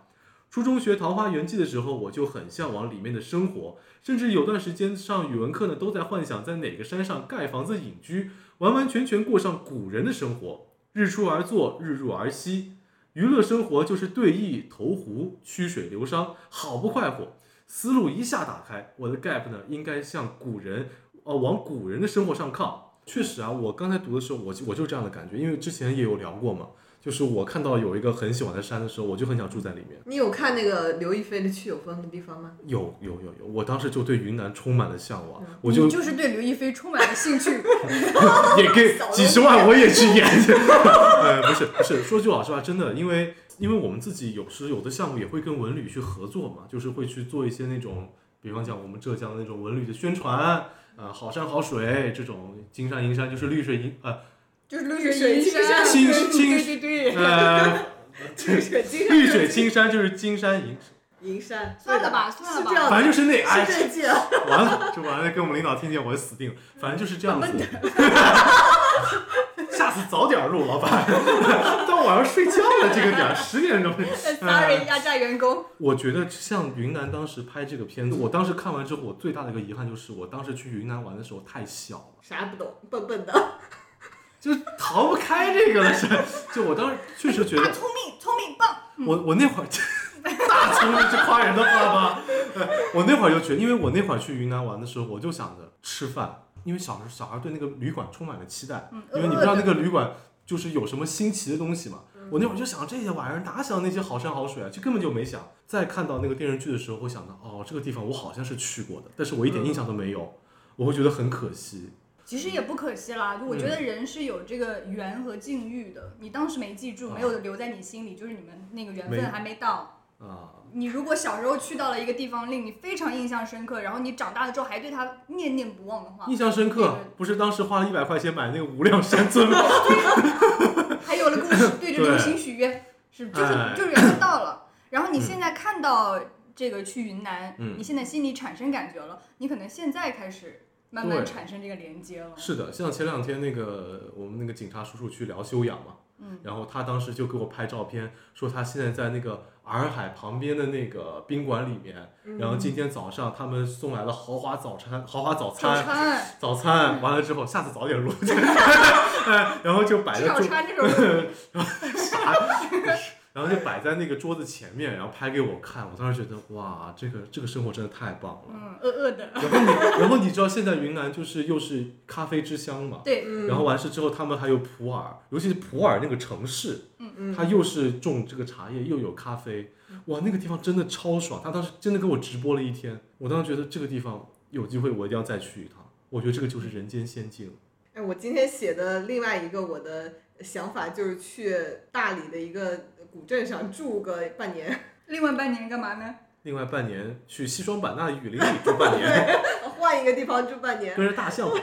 B: 初中学《桃花源记》的时候，我就很向往里面的生活，甚至有段时间上语文课呢，都在幻想在哪个山上盖房子隐居，完完全全过上古人的生活，日出而作，日入而息。娱乐生活就是对弈、投壶、曲水流觞，好不快活。思路一下打开，我的 gap 呢，应该向古人，呃，往古人的生活上靠。确实啊，我刚才读的时候，我就我就这样的感觉，因为之前也有聊过嘛，就是我看到有一个很喜欢的山的时候，我就很想住在里面。
C: 你有看那个刘亦菲的《去有风的地方》吗？
B: 有有有有，我当时就对云南充满了向往，我
A: 你
B: 就
A: 就是对刘亦菲充满了兴 趣，
B: 也给几十万我也去演。呃，不是不是，说句老实话，真的，因为因为我们自己有时有的项目也会跟文旅去合作嘛，就是会去做一些那种，比方讲我们浙江的那种文旅的宣传，呃，好山好水这种，金山银山就是绿水银，呃
A: 就是绿水青山。
B: 青
C: 对
B: 青
C: 对对，
B: 呃
C: 绿水金山，
B: 绿水青山就是金山银，
C: 银山，
A: 算了吧，算了吧
C: 是这。样
B: 反正就是那哎
C: 的，是这一季啊。
B: 完了，这完了，跟我们领导听见我就死定了。反正就是这样子。 下次早点录，老板， 到晚上睡觉了，这个点儿十点钟。
C: 哎
B: 呃
A: Sorry，压榨员工。
B: 我觉得像云南当时拍这个片子，我当时看完之后，我最大的一个遗憾就是我当时去云南玩的时候太小了。
C: 啥不懂，笨笨的。
B: 就是逃不开这个了，是。 就我当时确实觉得嗯
A: 大聪明，聪明棒。
B: 我我那会儿 大聪明是夸人的话吗？ 呃我那会儿就觉得，因为我那会儿去云南玩的时候，我就想着吃饭，因为小时候小孩对那个旅馆充满了期待，
A: 嗯，
B: 因为你不知道那个旅馆就是有什么新奇的东西嘛。
A: 嗯
B: 我那会儿就想这些玩意儿哪想那些好山好水啊，就根本就没想。再看到那个电视剧的时候，我想到哦，这个地方我好像是去过的，但是我
A: 嗯
B: 一点印象都没有，我会觉得很可惜。
A: 其实也不可惜啦，就我觉
B: 嗯
A: 得人是有这个缘和境遇的。你当时没记住，
B: 啊
A: 没有留在你心里，就是你们那个缘
B: 没
A: 分还没到。
B: 啊，
A: 你如果小时候去到了一个地方，令你非常印象深刻，然后你长大了之后还对它念念不忘的话，
B: 印象深刻，
A: 嗯
B: 不是当时花了一百块钱买那个无量山尊吗？
A: 还有了故事，对着流星许愿，是就是
B: 哎
A: 就是缘分到 了。然后你现在看到这个去云南，
B: 嗯
A: 你现在心里产生感觉了，你可能现在开始慢慢
B: 对
A: 产生这个连接了。
B: 是的，像前两天那个我们那个警察叔叔去聊修养嘛，
A: 嗯，
B: 然后他当时就给我拍照片，说他现在在那个洱海旁边的那个宾馆里面，
A: 嗯
B: 然后今天早上他们送来了豪华早餐，豪华早
A: 早
B: 餐，
A: 餐，嗯
B: 早餐完了之后，下次早点录， 哎然后就摆
A: 吃
B: 在
A: 早
B: 桌，
A: 餐 这种，
B: 然后就摆在那个桌子前面，然后拍给我看，我当时觉得哇，这个这个生活真的太棒了。
A: 嗯，饿饿的。
B: 然后你，然后你知道现在云南就是又是咖啡之乡嘛，
A: 对，
C: 嗯
B: 然后完事之后，他们还有普洱，尤其是普洱那个城市，
C: 嗯
B: 它又是种这个茶叶，又有咖啡，哇，那个地方真的超爽。他当时真的给我直播了一天，我当时觉得这个地方有机会我一定要再去一趟。我觉得这个就是人间仙境。
C: 哎，我今天写的另外一个我的想法就是去大理的一个古镇上住个半年，
A: 另外半年干嘛呢？
B: 另外半年去西双版纳的雨林里住半年，
C: 换一个地方住半年。
B: 跟着大象跑。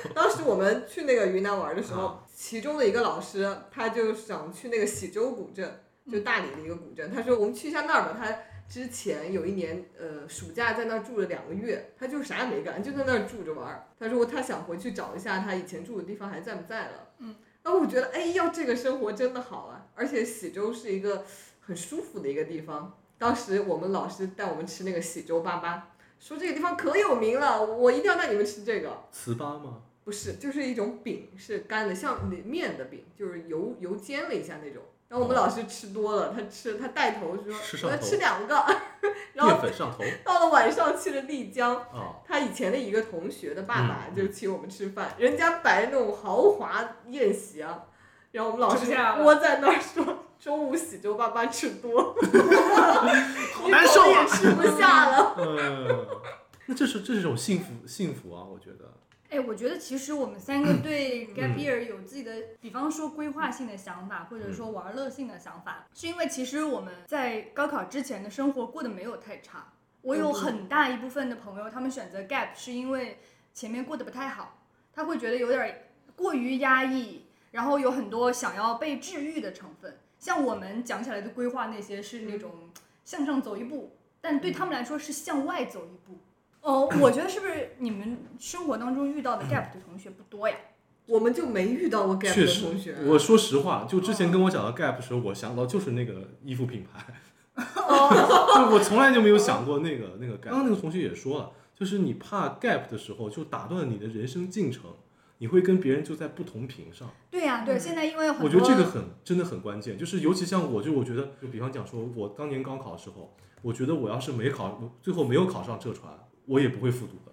C: 当时我们去那个云南玩的时候
B: 啊，
C: 其中的一个老师他就想去那个喜洲古镇，就大理的一个古镇。他说我们去一下那儿吧。他之前有一年，呃，暑假在那儿住了两个月，他就啥也没干，就在那儿住着玩儿。他说他想回去找一下他以前住的地方还在不在了。
A: 嗯，
C: 然后我觉得，哎呀，这个生活真的好啊！而且喜洲是一个很舒服的一个地方。当时我们老师带我们吃那个喜洲粑粑，说这个地方可有名了，我一定要带你们吃这个。
B: 糍粑吗？
C: 不是，就是一种饼，是干的，像面的饼，就是油油煎了一下那种。然后我们老师吃多了，他吃他带头就
B: 哦吃上
C: 说我要
B: 头
C: 吃 两个， 然
B: 淀
C: 后
B: 粉上头
C: 到了晚上去了丽江，
B: 啊，
C: 他以前的一个同学的爸爸
B: 嗯
C: 就请我们吃饭，人家摆那种豪华宴席啊，然后我们老
A: 吃
C: 师
A: 不下了
C: 窝在那儿说中午喜洲爸爸吃多，
B: 好
C: 你
B: 难受
C: 口也
B: 啊！
C: 吃不下了。
B: 嗯，那这是这是一种幸福幸福啊，我觉得。
A: 哎，我觉得其实我们三 个对
B: 嗯
A: gap year 有自己的，比方说规划性的想法，或
B: 嗯
A: 者说玩乐性的想法，是因为其实我们在高考之前的生活过得没有太差。我有
C: 嗯
A: 很大一部分的朋友，他们选择 gap 是因为前面过得不太好，他会觉得有点儿过于压抑，然后有很多想要被治愈的成分。像我们讲起来的规划那些是那种向上走一步，但对他们来说是向外走一步。嗯哦，我觉得是不是你们生活当中遇 到的 gap 的同学不多呀？
C: 我们就没遇到过 gap
B: 确
C: 的
B: 实
C: 同学，，
B: 我说实话，就之前跟我讲到 Gap 的时候，我想到就是那个衣服品牌，
A: 哦
B: 就我从来就没有想过那个那个 Gap。刚刚那个同学也说了，就是你怕 Gap 的时候，就打断你的人生进程，你会跟别人就在不同频上。
A: 对呀、对，现在因为有很多，啊
B: 我觉得这个很真的很关键，就是尤其像我，就我觉得，就比方讲说，我当年高考的时候，我觉得我要是没考，最后没有考上浙传，我也不会复读的。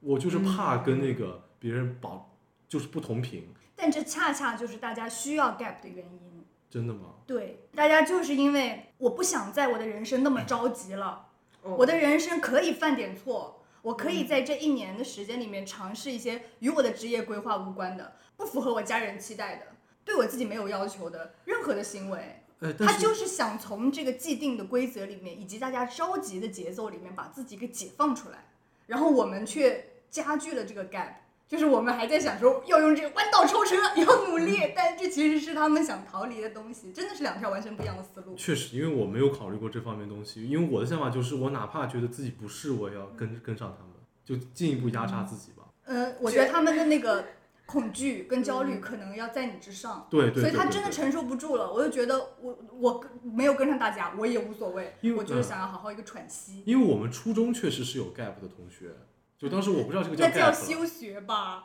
B: 我
A: 嗯
B: 就是怕跟那个别人保，就是不同频，
A: 但这恰恰就是大家需要 gap 的原因。
B: 真的吗？
A: 对，大家就是因为我不想在我的人生那么着急了，
C: 哦
A: 我的人生可以犯点错，我可以在这一年的时间里面尝试一些与我的职业规划无关的、不符合我家人期待的、对我自己没有要求的任何的行为。
B: 呃，但
A: 他
B: 是
A: 就是想从这个既定的规则里面，以及大家着急的节奏里面，把自己给解放出来。然后我们却加剧了这个 gap，就是我们还在想说要用这个弯道超车，要努
B: 嗯
A: 力，但这其实是他们想逃离的东西，真的是两条完全不一样的思路。
B: 确实，因为我没有考虑过这方面东西，因为我的想法就是，我哪怕觉得自己不是，我也要跟跟上他们，就进一步压榨自己吧。
A: 嗯，我觉得他们的那个恐惧跟焦虑可能要在你之上。
B: 嗯对对对
A: 所以
B: 对
A: 他真的
B: 对
A: 承受不住了，我就觉得我我没有跟上大家，我也无所谓
B: 因，为
A: 我就是
B: 嗯
A: 想要好好一个喘息，
B: 因为我们初中确实是有 gap 的同学，就当时我不知道这个叫
A: 那
B: gap，
A: 叫
B: 了
A: 休学吧。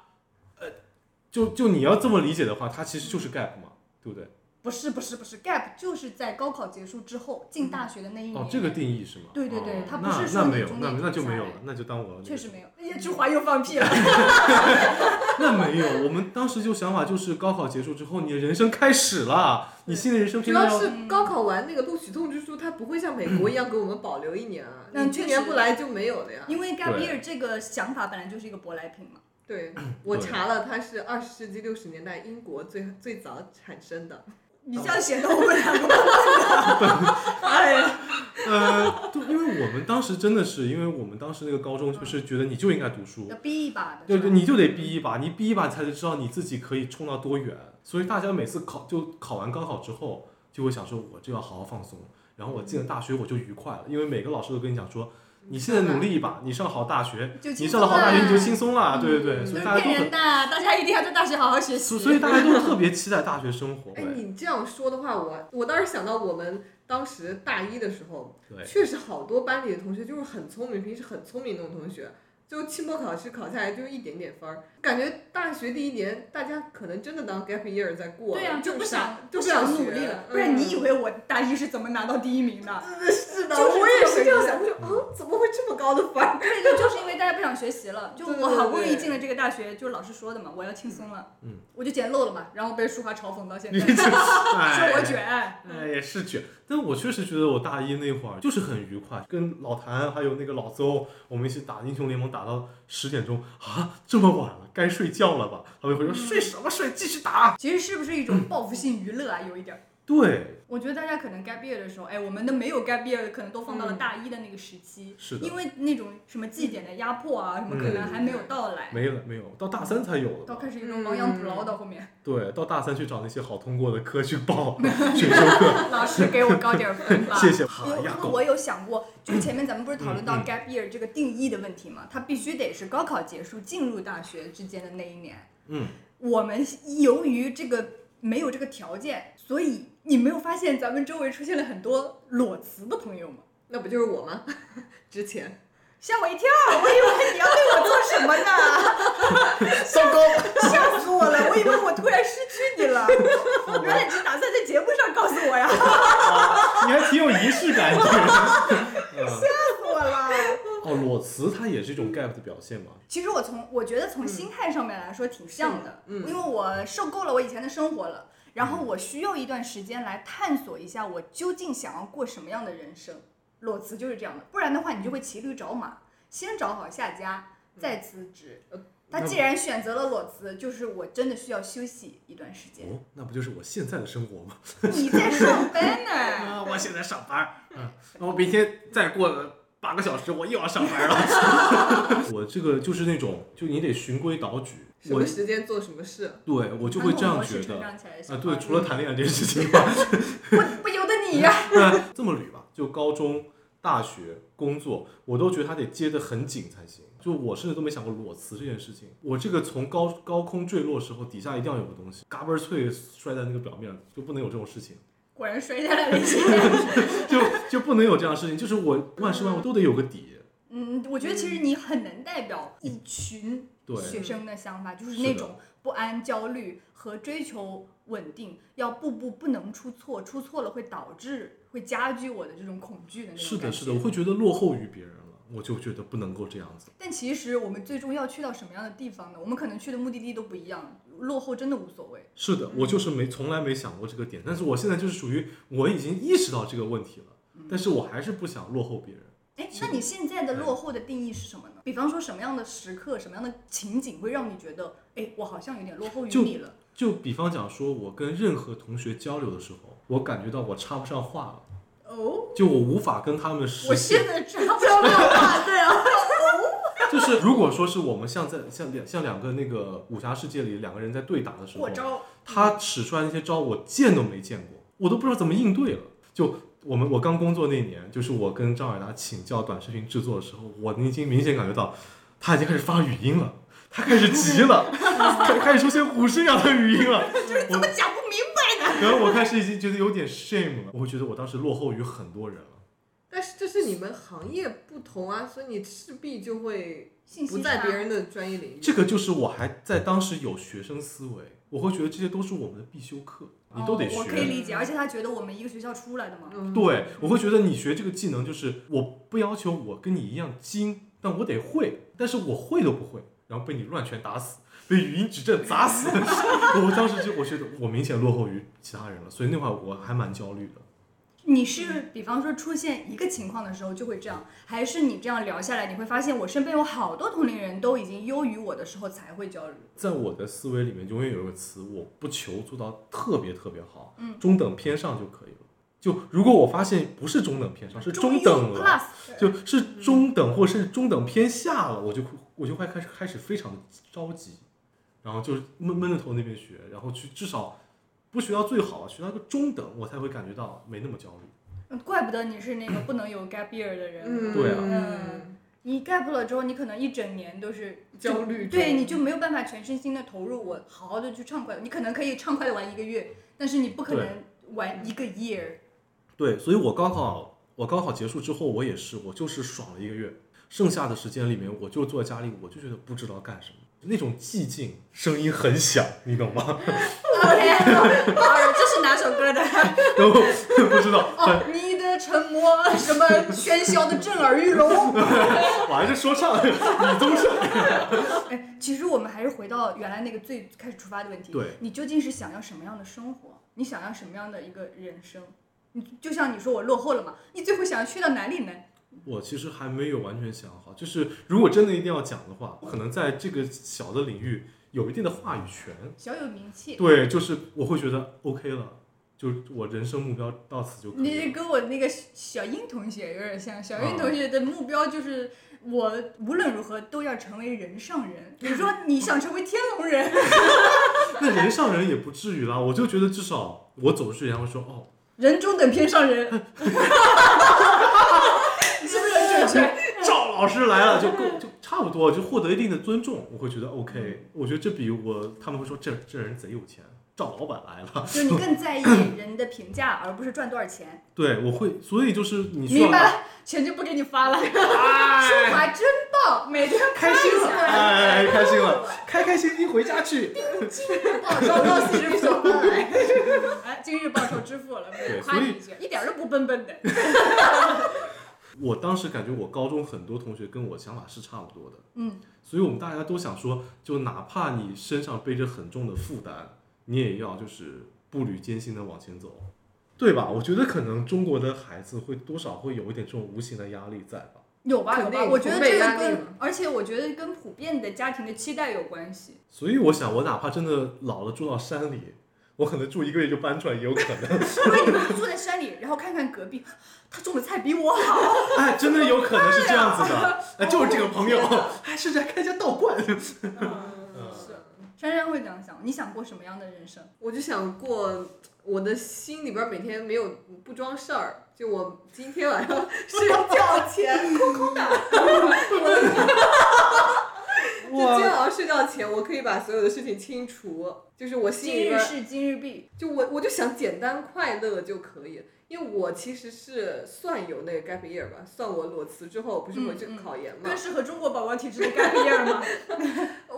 B: 就就你要这么理解的话，它其实就是 gap 嘛，对不对？
A: 不是不是不是，gap 就是在高考结束之后进大学的那一年。
B: 哦，这个定义是吗？
A: 对对对
B: 哦
A: 它不
B: 那
A: 是说
B: 那
A: 你
B: 没有
A: 中，间
B: 那没那就
A: 停下
B: 没有
A: 来
B: 了，那就当我
A: 确实没有。哎叶之华又放屁了。
B: 那没 有。我们当时就想法就是高考结束之后，你的人生开始了，你新的人生
C: 主
B: 现在
C: 要
B: 要
A: 嗯
C: 是高考完那个录取通知书，他不会像美国一样给我们保留一年啊，
A: 嗯
C: 你
A: 确
C: 去
A: 实
C: 年不来就没有了呀。
A: 因 为 gap
B: 对
A: year 这个想法本来就是一个舶来品嘛。
C: 对，我
B: 嗯对
C: 查了，它是二十世纪六十年代英国最最早产生的。
D: 你
B: 哦
D: 这样显得我们两个，
C: 哎呀，
B: 呃，对，因为我们当时真的是，因为我们当时那个高中就是觉得你就应该读书，
A: 要逼一把的。
B: 对
A: 是吧
B: 对，你就得逼一把，你逼一把才知道你自己可以冲到多远。所以大家每次考就考完高考之后，就会想说，我就要好好放松。然后我进了大学我就愉快了，因为每个老师都跟你讲说，你现在努力一把，你上好大学，
A: 就
B: 你
A: 轻松嗯
B: 上了好大学你就
A: 啦
B: 轻松了，对对对，
A: 就
B: 所以
A: 是
B: 大家都
A: 骗人
B: 很
A: 的，啊大家一定要在大学好好学习。
B: 所所以大家都特别期待大学生活。
C: 哎，
B: 对
C: 你这样说的话，我我倒是想到我们当时大一的时候，
B: 对，
C: 确实好多班里的同学就是很聪明，平时很聪明那种同学，就期末考试考下来就一点点分儿，感觉大学第一年大家可能真的当 gap year 在过了，
A: 对呀，啊
C: 就
A: 就不
C: 啥
A: 想
C: 就
A: 不
C: 不想
A: 想
C: 学
A: 努力了。
C: 嗯
A: 不然你以为我大一是怎么拿到第一名的？
C: 是的，
A: 就是
C: 我也是这样
A: 这
C: 想，我就啊，怎么会这么高的分儿？
A: 对对，就是因为大家不想学习了。就
C: 对对
A: 我好不容易
C: 对
A: 进了这个大学，就是老师说的嘛，我要轻松了。
B: 嗯，
A: 我就捡漏了嘛，然后被舒华嘲讽到现
B: 你
A: 在，
B: 这
A: 说我
B: 哎
A: 卷。
B: 哎，也是卷，但我确实觉得我大一那会儿就是很愉快，跟老谭还有那个老邹，我们一起打英雄联盟，打到十点钟啊，这么晚了，该睡觉了吧？他们
A: 嗯
B: 会说睡什么睡，继续打。
A: 其实是不是一种报复性娱乐啊？有一点儿，
B: 对，
A: 我觉得大家可能 gap year 的时候，哎，我们的没有 gap year 的可能都放到了
C: 嗯
A: 大一的那个时期，
B: 是的嗯
A: 因，为那种什么绩点的压迫啊，什么可能还没有到来，
B: 没了没有，到大三才有的
A: 到
B: 吧。
A: 开始有种亡羊补牢到后面，
B: 对，到大三去找那些好通过的科去报选修课，
A: 老师给我高点儿分吧。
B: 谢谢。
A: 因
B: 哈
A: 为
B: 呀，
A: 因为
B: 狗
A: 我有想过，就是前面咱们不是讨论到
B: 嗯嗯
A: gap year 这个定义的问题嘛，它必须得是高考结束进入大学之间的那一年。
B: 嗯，
A: 我们由于这个没有这个条件，所以你没有发现咱们周围出现了很多裸辞的朋友吗？
C: 那不就是我吗？之前
A: 吓我一跳，我以为你要对我做什么呢？
E: 糟糕，
A: 吓死我了，我以为我突然失去你 了，原来你是打算在节目上告诉我呀，吓
B: 你还挺有仪式感的。 嗯
A: 死我了。
B: 哦，裸辞它也是一种 gap 的表现嘛？
A: 其实我从我觉得从心态上面来说挺像的，
C: 嗯嗯
A: 因为我受够了我以前的生活了，然后我需要一段时间来探索一下我究竟想要过什么样的人生。裸辞就是这样的，不然的话你就会骑驴找马，先找好下家，再辞职。他既然选择了裸辞，就是我真的需要休息一段时 间。
B: 哦，那不就是我现在的生活吗？
A: 你在上班 呢，
E: 啊，我现在上班儿，嗯，那我明天再过八个小时，我又要上班了。
B: 我这个就是那种，就你得循规蹈矩。
C: 什
B: 我
C: 么时间做什么事，
B: 对 我就
A: 啊
B: 会这样觉
A: 传统模式成
B: 得。
A: 长嗯起来的小
B: 啊，
A: 孩
B: 对，除了谈恋爱这件事情吧，
A: 不不由得你呀、
B: 这么捋吧，就高中、大学、工作，我都觉得他得接得很紧才行。就我甚至都没想过裸辞这件事情。我这个从高高空坠落时候，底下一定要有个东西，嘎嘣儿脆摔在那个表面，就不能有这种事情。
A: 果然摔下来了一些。
B: 就就不能有这样的事情，就是我万事万物都得有个底。
A: 嗯，我觉得其实你很能代表一群
B: 嗯对
A: 学生的想法，就是
B: 是
A: 那
B: 的
A: 种不安、焦虑和追求稳定，要步步不能出错，出错了会导致会加剧我的这种恐惧的那
B: 是
A: 种
B: 的，
A: 感
B: 是的，我
A: 觉。
B: 会觉得落后于别人了，我就觉得不能够这样子。
A: 但其实我们最终要去到什么样的地方呢？我们可能去的目的地都不一样，落后真的无所谓。
B: 是的，我就是没从来没想过这个点，但是我现在就是属于我已经意识到这个问题了，
A: 嗯
B: 但是我还是不想落后别人。
A: 哎，那你现在的落后的定义是什么呢？比方说什么样的时刻、什么样的情景会让你觉得，哎，我好像有点落后于
B: 就
A: 你了？
B: 就比方讲说，我跟任何同学交流的时候，我感觉到我插不上话了，
A: 哦，
B: 就我无法跟他们实
A: 我
B: 现
A: 现。在知道了，对啊，
B: 就是如果说是我们像在像两像两个那个武侠世界里两个人在对打的时候
A: 过，招。
B: 他使出来那些招，我见都没见过，我都不知道怎么应对了。就我们我刚工作那年，就是我跟张尔达请教短视频制作的时候，我已经明显感觉到他已经开始发语音了，他开始急了， 开开始出现虎视一样的语音了。
A: 怎么讲不明白？
B: 然后我开始已经觉得有点 shame 了，我会觉得我当时落后于很多人了。
C: 但是这是你们行业不同啊，所以你势必就会
A: 信
C: 不
A: 息
C: 在
A: 差
C: 别人的专业领域。
B: 这个就是我还在当时有学生思维，我会觉得这些都是我们的必修课，你都得
A: 哦
B: 学。
A: 我可以理解，而且他觉得我们一个学校出来的嘛。
C: 嗯，
B: 对，我会觉得你学这个技能，就是我不要求我跟你一样精，但我得会，但是我会都不会，然后被你乱拳打死，被语音指正砸死。我当时就我觉得我明显落后于其他人了，所以那会儿我还蛮焦虑的。
A: 你是比方说出现一个情况的时候就会这样，还是你这样聊下来，你会发现我身边有好多同龄人都已经优于我的时候才会焦虑？
B: 在我的思维里面，永远有一个词，我不求做到特别特别好，中等偏上就可以了。就如果我发现不是中等偏上，是中
A: 中
B: 等了，
A: plus，
B: 就是中等或甚至中等偏下了，我就我就会开始开始非常的着急，然后就是闷闷着头那边学，然后去至少不学到最好，学到一个中等，我才会感觉到没那么焦虑。
A: 嗯怪不得你是那个不能有 gap year 的人。
C: 嗯，
B: 对啊
A: 嗯你 gap 了之后，你可能一整年都是
C: 焦虑中
A: 对，你就没有办法全身心的投入我，好好的去畅快。你可能可以畅快的玩一个月，但是你不可
B: 对
A: 能玩一个 year。
B: 对，所以我高考我高考结束之后，我也是我就是爽了一个月，剩下的时间里面我就坐在家里，我就觉得不知道干什么，那种寂静，声音很响，你懂吗？
D: OK，好这是哪首歌的？
B: 然后不知道，
A: 哦，你的沉默，什么喧嚣的震耳欲聋。
B: 我还是说唱， 李宗盛。
A: 哎，其实我们还是回到原来那个最开始出发的问题。
B: 对，
A: 你究竟是想要什么样的生活？你想要什么样的一个人生？你就像你说我落后了嘛，你最后想要去到哪里呢？
B: 我其实还没有完全想好，就是如果真的一定要讲的话，我可能在这个小的领域有一定的话语权。
A: 小有名气。
B: 对，就是我会觉得 OK 了，就我人生目标到此就可
A: 你
B: 以
A: 这
B: 了。
A: 跟我那个小英同学有点像，小英
B: 啊
A: 同学的目标就是我无论如何都要成为人上人。你说你想成为天龙人，
B: 那人上人也不至于啦，我就觉得至少我走出去，然后说哦，
A: 人中等偏上人， 是不是很准确？
B: 赵老师来了就够，就差不
A: 嗯
B: 多，就获得一定的尊重，我会觉得 OK。我觉得这比我他们会说这这人贼有钱，赵老板来了，
A: 就是你更在意人的评价，而不是赚多少钱。
B: 对我会，所以就是你需要
A: 明白了， 钱就不给你发了。
E: 哎
A: 哇，真棒！每天
E: 开心了，哎，开心了，开开心心回家去。
D: 报酬到四十九万来，
A: 哎，今日报酬支付了，
B: 对
A: 夸你一句，一点儿都不笨笨的。
B: 我当时感觉我高中很多同学跟我想法是差不多的，
A: 嗯，
B: 所以我们大家都想说，就哪怕你身上背着很重的负担，你也要就是步履艰辛的往前走，对吧？我觉得可能中国的孩子会多少会有一点这种无形的压力在吧。
A: 有吧有
C: 肯
A: 吧，
C: 定
A: 我觉得
C: 同辈
A: 这
C: 压
A: 个
C: 力
A: 跟
C: 嘛，
A: 而且我觉得跟普遍的家庭的期待有关 系。
B: 所以我想，我哪怕真的老了住到山里，我可能住一个月就搬出来也有可能，
A: 因为你们住在山里，然后看看隔壁，他种的菜比我好，
B: 哎，真的有可能是这样子的，
E: 哎，就是这个朋友， 还甚至还开家道观。
A: 是珊珊会这样想。你想过什么样的人生？
C: 嗯我就想过，我的心里边每天没有不装事儿，就我今天晚上 睡觉前空空的，就今天晚上睡觉前，我可以把所有的事情清除，就是我心里
A: 今
C: 边
A: 日事今日毕，
C: 就我我就想简单快乐就可以了，因为我其实是算有那个 gap year 吧，算我裸辞之后不是回去
A: 嗯嗯
C: 考研嘛，
A: 更适合中国宝宝体质的 gap year 吗？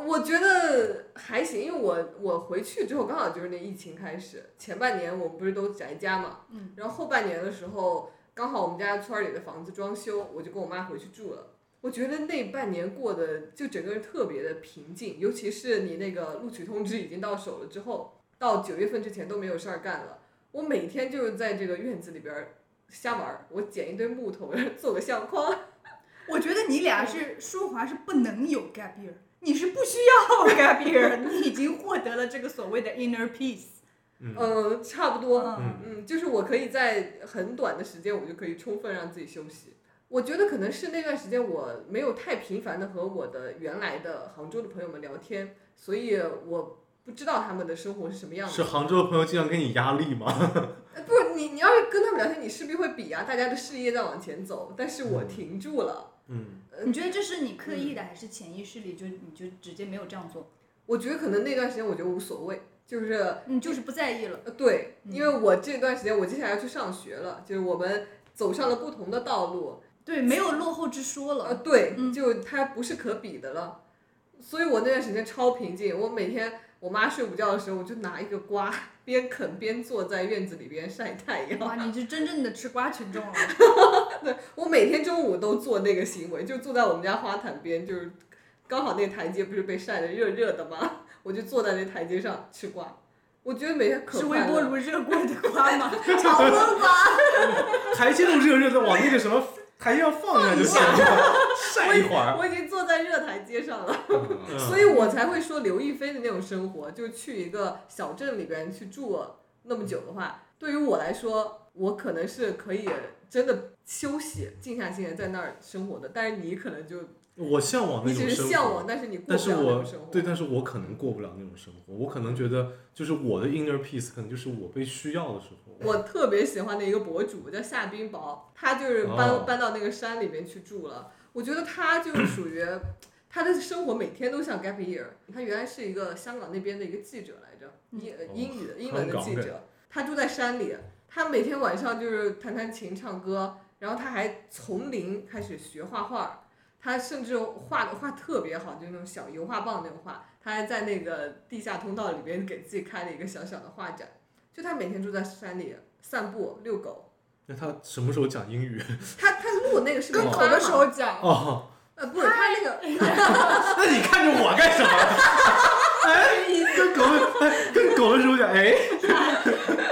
C: 我觉得还行，因为我我回去之后刚好就是那疫情开始，前半年我们不是都宅家嘛，
A: 嗯，
C: 然后后半年的时候刚好我们家村儿里的房子装修，我就跟我妈回去住了。我觉得那半年过得就整个人特别的平静，尤其是你那个录取通知已经到手了之后，到九月份之前都没有事儿干了。我每天就是在这个院子里边儿瞎玩儿，我捡一堆木头 做个相框，
A: 我觉得你俩是舒华是不能有 gap year，你是不需要 gap year，你已经获得了这个所谓的 inner peace。
B: 嗯
C: 嗯，差不多，
B: 嗯
C: 嗯，就是我可以在很短的时间，我就可以充分让自己休息。我觉得可能是那段时间我没有太频繁的和我的原来的杭州的朋友们聊天，所以我不知道他们的生活是什么样
B: 是
C: 的。
B: 杭州的朋友经常给你压力吗？
C: 呃不是你，你要是跟他们聊天，你势必会比啊，大家的事业在往前走，但是我停住了。
B: 嗯，
A: 你觉得这是你刻意的，还是潜意识里就你就直接没有这样做？
C: 我觉得可能那段时间我觉得无所谓，就是
A: 你就是不在意了。
C: 呃，对，
A: 嗯
C: 因为我这段时间我接下来要去上学了，就是我们走上了不同的道路，
A: 对，没有落后之说
C: 呃，
A: 了。
C: 对，
A: 嗯
C: 就它不是可比的了。所以我那段时间超平静，我每天我妈睡午觉的时候，我就拿一个瓜， 边啃边坐在院子里边晒太阳。
A: 哇，你是真正的吃瓜群众 了。
C: 我每天中午都做那个行为，就坐在我们家花坛边，就是刚好那台阶不是被晒得热热的吗？ 我就坐在那台阶上吃瓜。我觉得每天可
A: 是
C: 快
A: 微波
C: 乐了
A: 炉热过的瓜 吗？
D: 炒荤瓜，
E: 台阶都热热的，往那个什么台阶上放一下就行了，晒一会儿。
C: 我已经坐在热台阶上了。
B: 嗯
C: 所以我才会说刘亦菲的那种生活，就去一个小镇里边去住那么久的话，对于我来说，我可能是可以真的休息、静下心来在那儿生活的。但是你可能就
B: 我向往那
C: 你只
B: 种
C: 是
B: 生
C: 向往
B: 活，，
C: 但是你过
B: 但
C: 不了
B: 是
C: 那
B: 我
C: 种生活。
B: 对，但是我可能过不了那种生活，我可能觉得就是我的 inner peace 可能就是我被需要的时候。
C: 我特别喜欢的一个博主叫夏冰雹，他就是搬、
B: 哦
C: 搬到那个山里面去住了。我觉得他就是属于他的生活每天都像 gap year。他原来是一个香港那边的一个记者来着，英呃
B: 哦
C: 英语的英文的
B: 香港
C: 记者，他住在山里，他每天晚上就是弹弹琴、唱歌，然后他还从零开始学画画。他甚至画的画特别好，就是那种小油画棒那种画。他还在那个地下通道里边给自己开了一个小小的画展。就他每天住在山里散步、遛狗。
B: 那他什么时候讲英语？
C: 他他录那个视频
A: 跟狗
C: 发
A: 的
C: 嘛
A: 时候讲，
B: 哦，
C: 呃，不是他那个
E: 那你看着我干什么？哎，跟狗哎跟狗的时候讲，哎，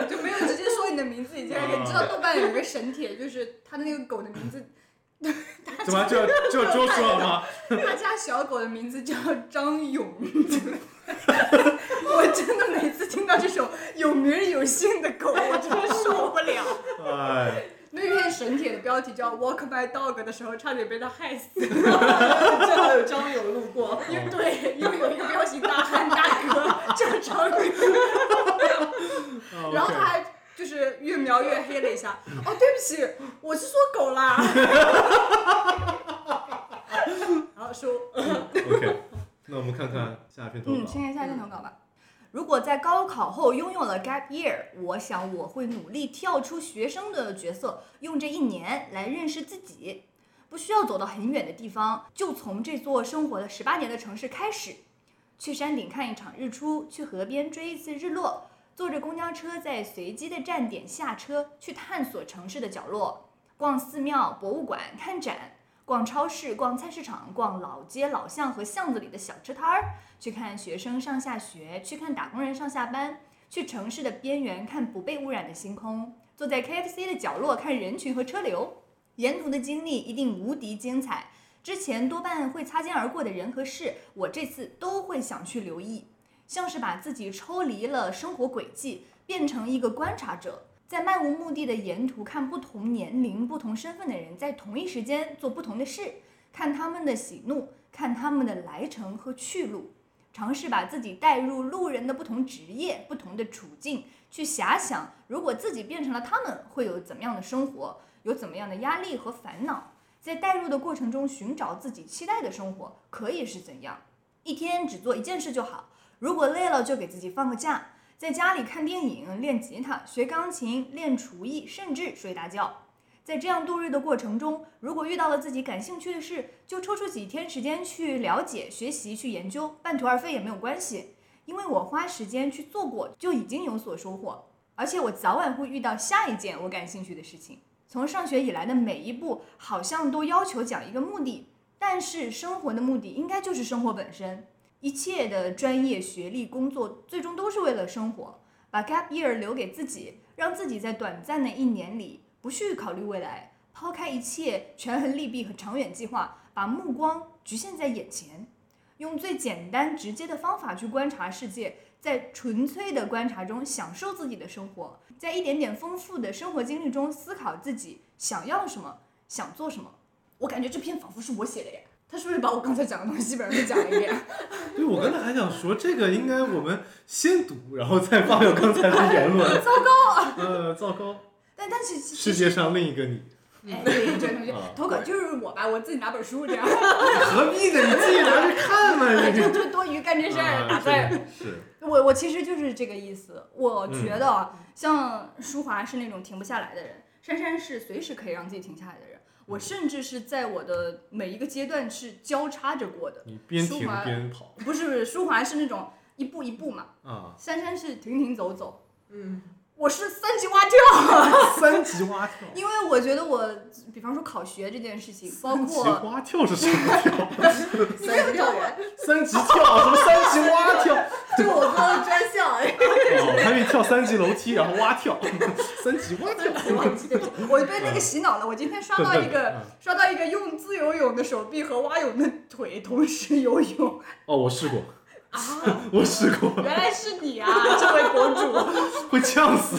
A: 就没有直接说你的名字，已经
E: 啊
A: 你知道豆瓣有一个神帖，就是他的那个狗的名字，
E: 怎么就要就要捉住了吗？
A: 他家小狗的名字叫张勇。我真的每次听到这种有名有姓的狗，我真的受不了。
B: 哎，
A: 那篇神帖的标题叫《Walk My Dog》的时候，差点被他害死。
C: 正好有张勇路过，
A: 又对，又有一个彪形大汉大哥叫张勇，然后他还就是越描越黑了一下。哦，对不起，我是说狗啦。然后说
B: OK，那我们看看下一篇投
A: 嗯，
B: 稿。
D: 嗯
A: 先看下一个投稿吧。
D: 如果在高考后拥有了 gap year，我想我会努力跳出学生的角色，用这一年来认识自己，不需要走到很远的地方，就从这座生活了十八年的城市开始，去山顶看一场日出，去河边追一次日落，坐着公交车在随机的站点下车，去探索城市的角落，逛寺庙、博物馆、看展。逛超市、逛菜市场、逛老街老巷和巷子里的小吃摊儿，去看学生上下学，去看打工人上下班，去城市的边缘看不被污染的星空，坐在 KFC 的角落看人群和车流。沿途的经历一定无敌精彩，之前多半会擦肩而过的人和事，我这次都会想去留意，像是把自己抽离了生活轨迹，变成一个观察者，在漫无目的的沿途看不同年龄、不同身份的人在同一时间做不同的事，看他们的喜怒，看他们的来程和去路，尝试把自己带入路人的不同职业、不同的处境，去遐想如果自己变成了他们，会有怎么样的生活，有怎么样的压力和烦恼。在代入的过程中寻找自己期待的生活可以是怎样，一天只做一件事就好。如果累了，就给自己放个假，在家里看电影、练吉他、学钢琴、练厨艺，甚至睡大觉。在这样度日的过程中，如果遇到了自己感兴趣的事，就抽出几天时间去了解、学习、去研究，半途而废也没有关系，因为我花时间去做过，就已经有所收获，而且我早晚会遇到下一件我感兴趣的事情。从上学以来的每一步，好像都要求讲一个目的，但是生活的目的应该就是生活本身。一切的专业、学历、工作，最终都是为了生活。把 gap year 留给自己，让自己在短暂的一年里不去考虑未来，抛开一切权衡利弊和长远计划，把目光局限在眼前，用最简单直接的方法去观察世界，在纯粹的观察中享受自己的生活，在一点点丰富的生活经历中思考自己想要什么，想做什么。我感觉这篇仿佛是我写的耶，他是不是把我刚才讲的东西基本上都讲了一遍？
E: 对，我刚才还想说，这个应该我们先读，然后再发表刚才的言论。 糟
A: 啊
E: 糕！呃，糟糕！
D: 但但是其
E: 世界上另一个你，
A: 哎，对，这同学
E: 啊
A: 投稿就是我吧，我自己拿本书这 样，
E: 何必呢？你自己拿去看嘛，你。
A: 哎就多余干这事儿，打
E: 啊，
A: 字儿。
E: 是是，
A: 我我其实就是这个意思。我觉得啊像舒华是那种停不下来的人，珊珊是随时可以让自己停下来的人。我甚至是在我的每一个阶段是交叉着过的，
E: 你边
A: 舒
E: 停
A: 华
E: 边跑
A: 不是不是，舒华是那种一步一步嘛，
E: 啊，
A: 珊珊是停停走走，
C: 嗯，
A: 我是三级蛙跳，
E: 三级蛙跳。
A: 因为我觉得我，比方说考学这件事情，包
E: 三级
A: 括
E: 蛙跳是什么跳？
C: 三级跳远，
E: 三级跳什么三级蛙 跳？
C: 这我哥的专项哎。
E: 哦，我还以为跳三级楼梯，然后蛙跳，三级蛙跳。
A: 我被那个洗脑了，我今天刷到一个
E: 嗯
A: 刷到一个用自由泳的手臂和蛙泳的腿同时游泳，
E: 哦，我试过，
A: 啊
E: 我试过，
A: 原来是你啊，这位博主。
E: 会呛死。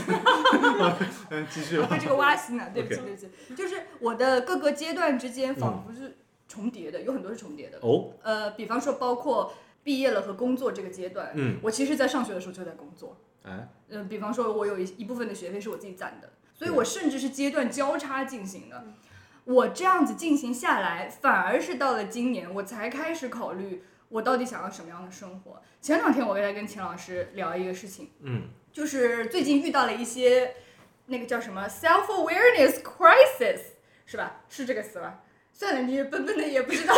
E: 嗯，继续
A: 啊
E: 吧
A: 被。这个挖心了，对不起
E: OK
A: 对不起，就是我的 各个阶段之间仿佛是重叠的，有很多是重叠的。
E: 哦，
A: 呃，比方说包括毕业了和工作这个阶段，
E: 嗯，
A: 我其实在上学的时候就在工作。
E: 哎，
A: 呃，比方说我有一一部分的学费是我自己攒的，所以
E: 对
A: 我甚至是阶段交叉进行的。我这样子进行下来，反而是到了今年，我才开始考虑我到底想要什么样的生活。前两天我在跟秦老师聊一个事情，
E: 嗯，
A: 就是最近遇到了一些那个叫什么 self awareness crisis，是吧？是这个词吧？算了，你也笨笨的也 不知道，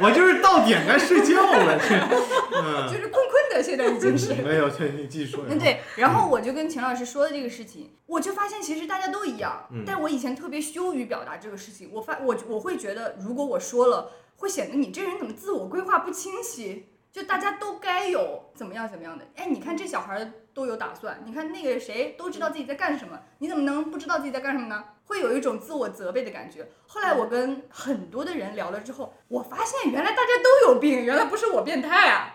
E: 我就是到点该睡觉了。这，嗯
A: 就，是困困的，现在已经
B: 嗯
A: 是。
E: 没有，这你继续说。
A: 嗯，对，然后我就跟钱老师说的这个事情，我就发现其实大家都一样，
E: 嗯
A: 但我以前特别羞于表达这个事情，我发我我会觉得，如果我说了，会显得你这人怎么自我规划不清晰，就大家都该有怎么样怎么样的，哎，你看这小孩儿都有打算，你看那个谁都知道自己在干什么，你怎么能不知道自己在干什么呢？会有一种自我责备的感觉。后来我跟很多的人聊了之后，我发现原来大家都有病，原来不是我变态啊。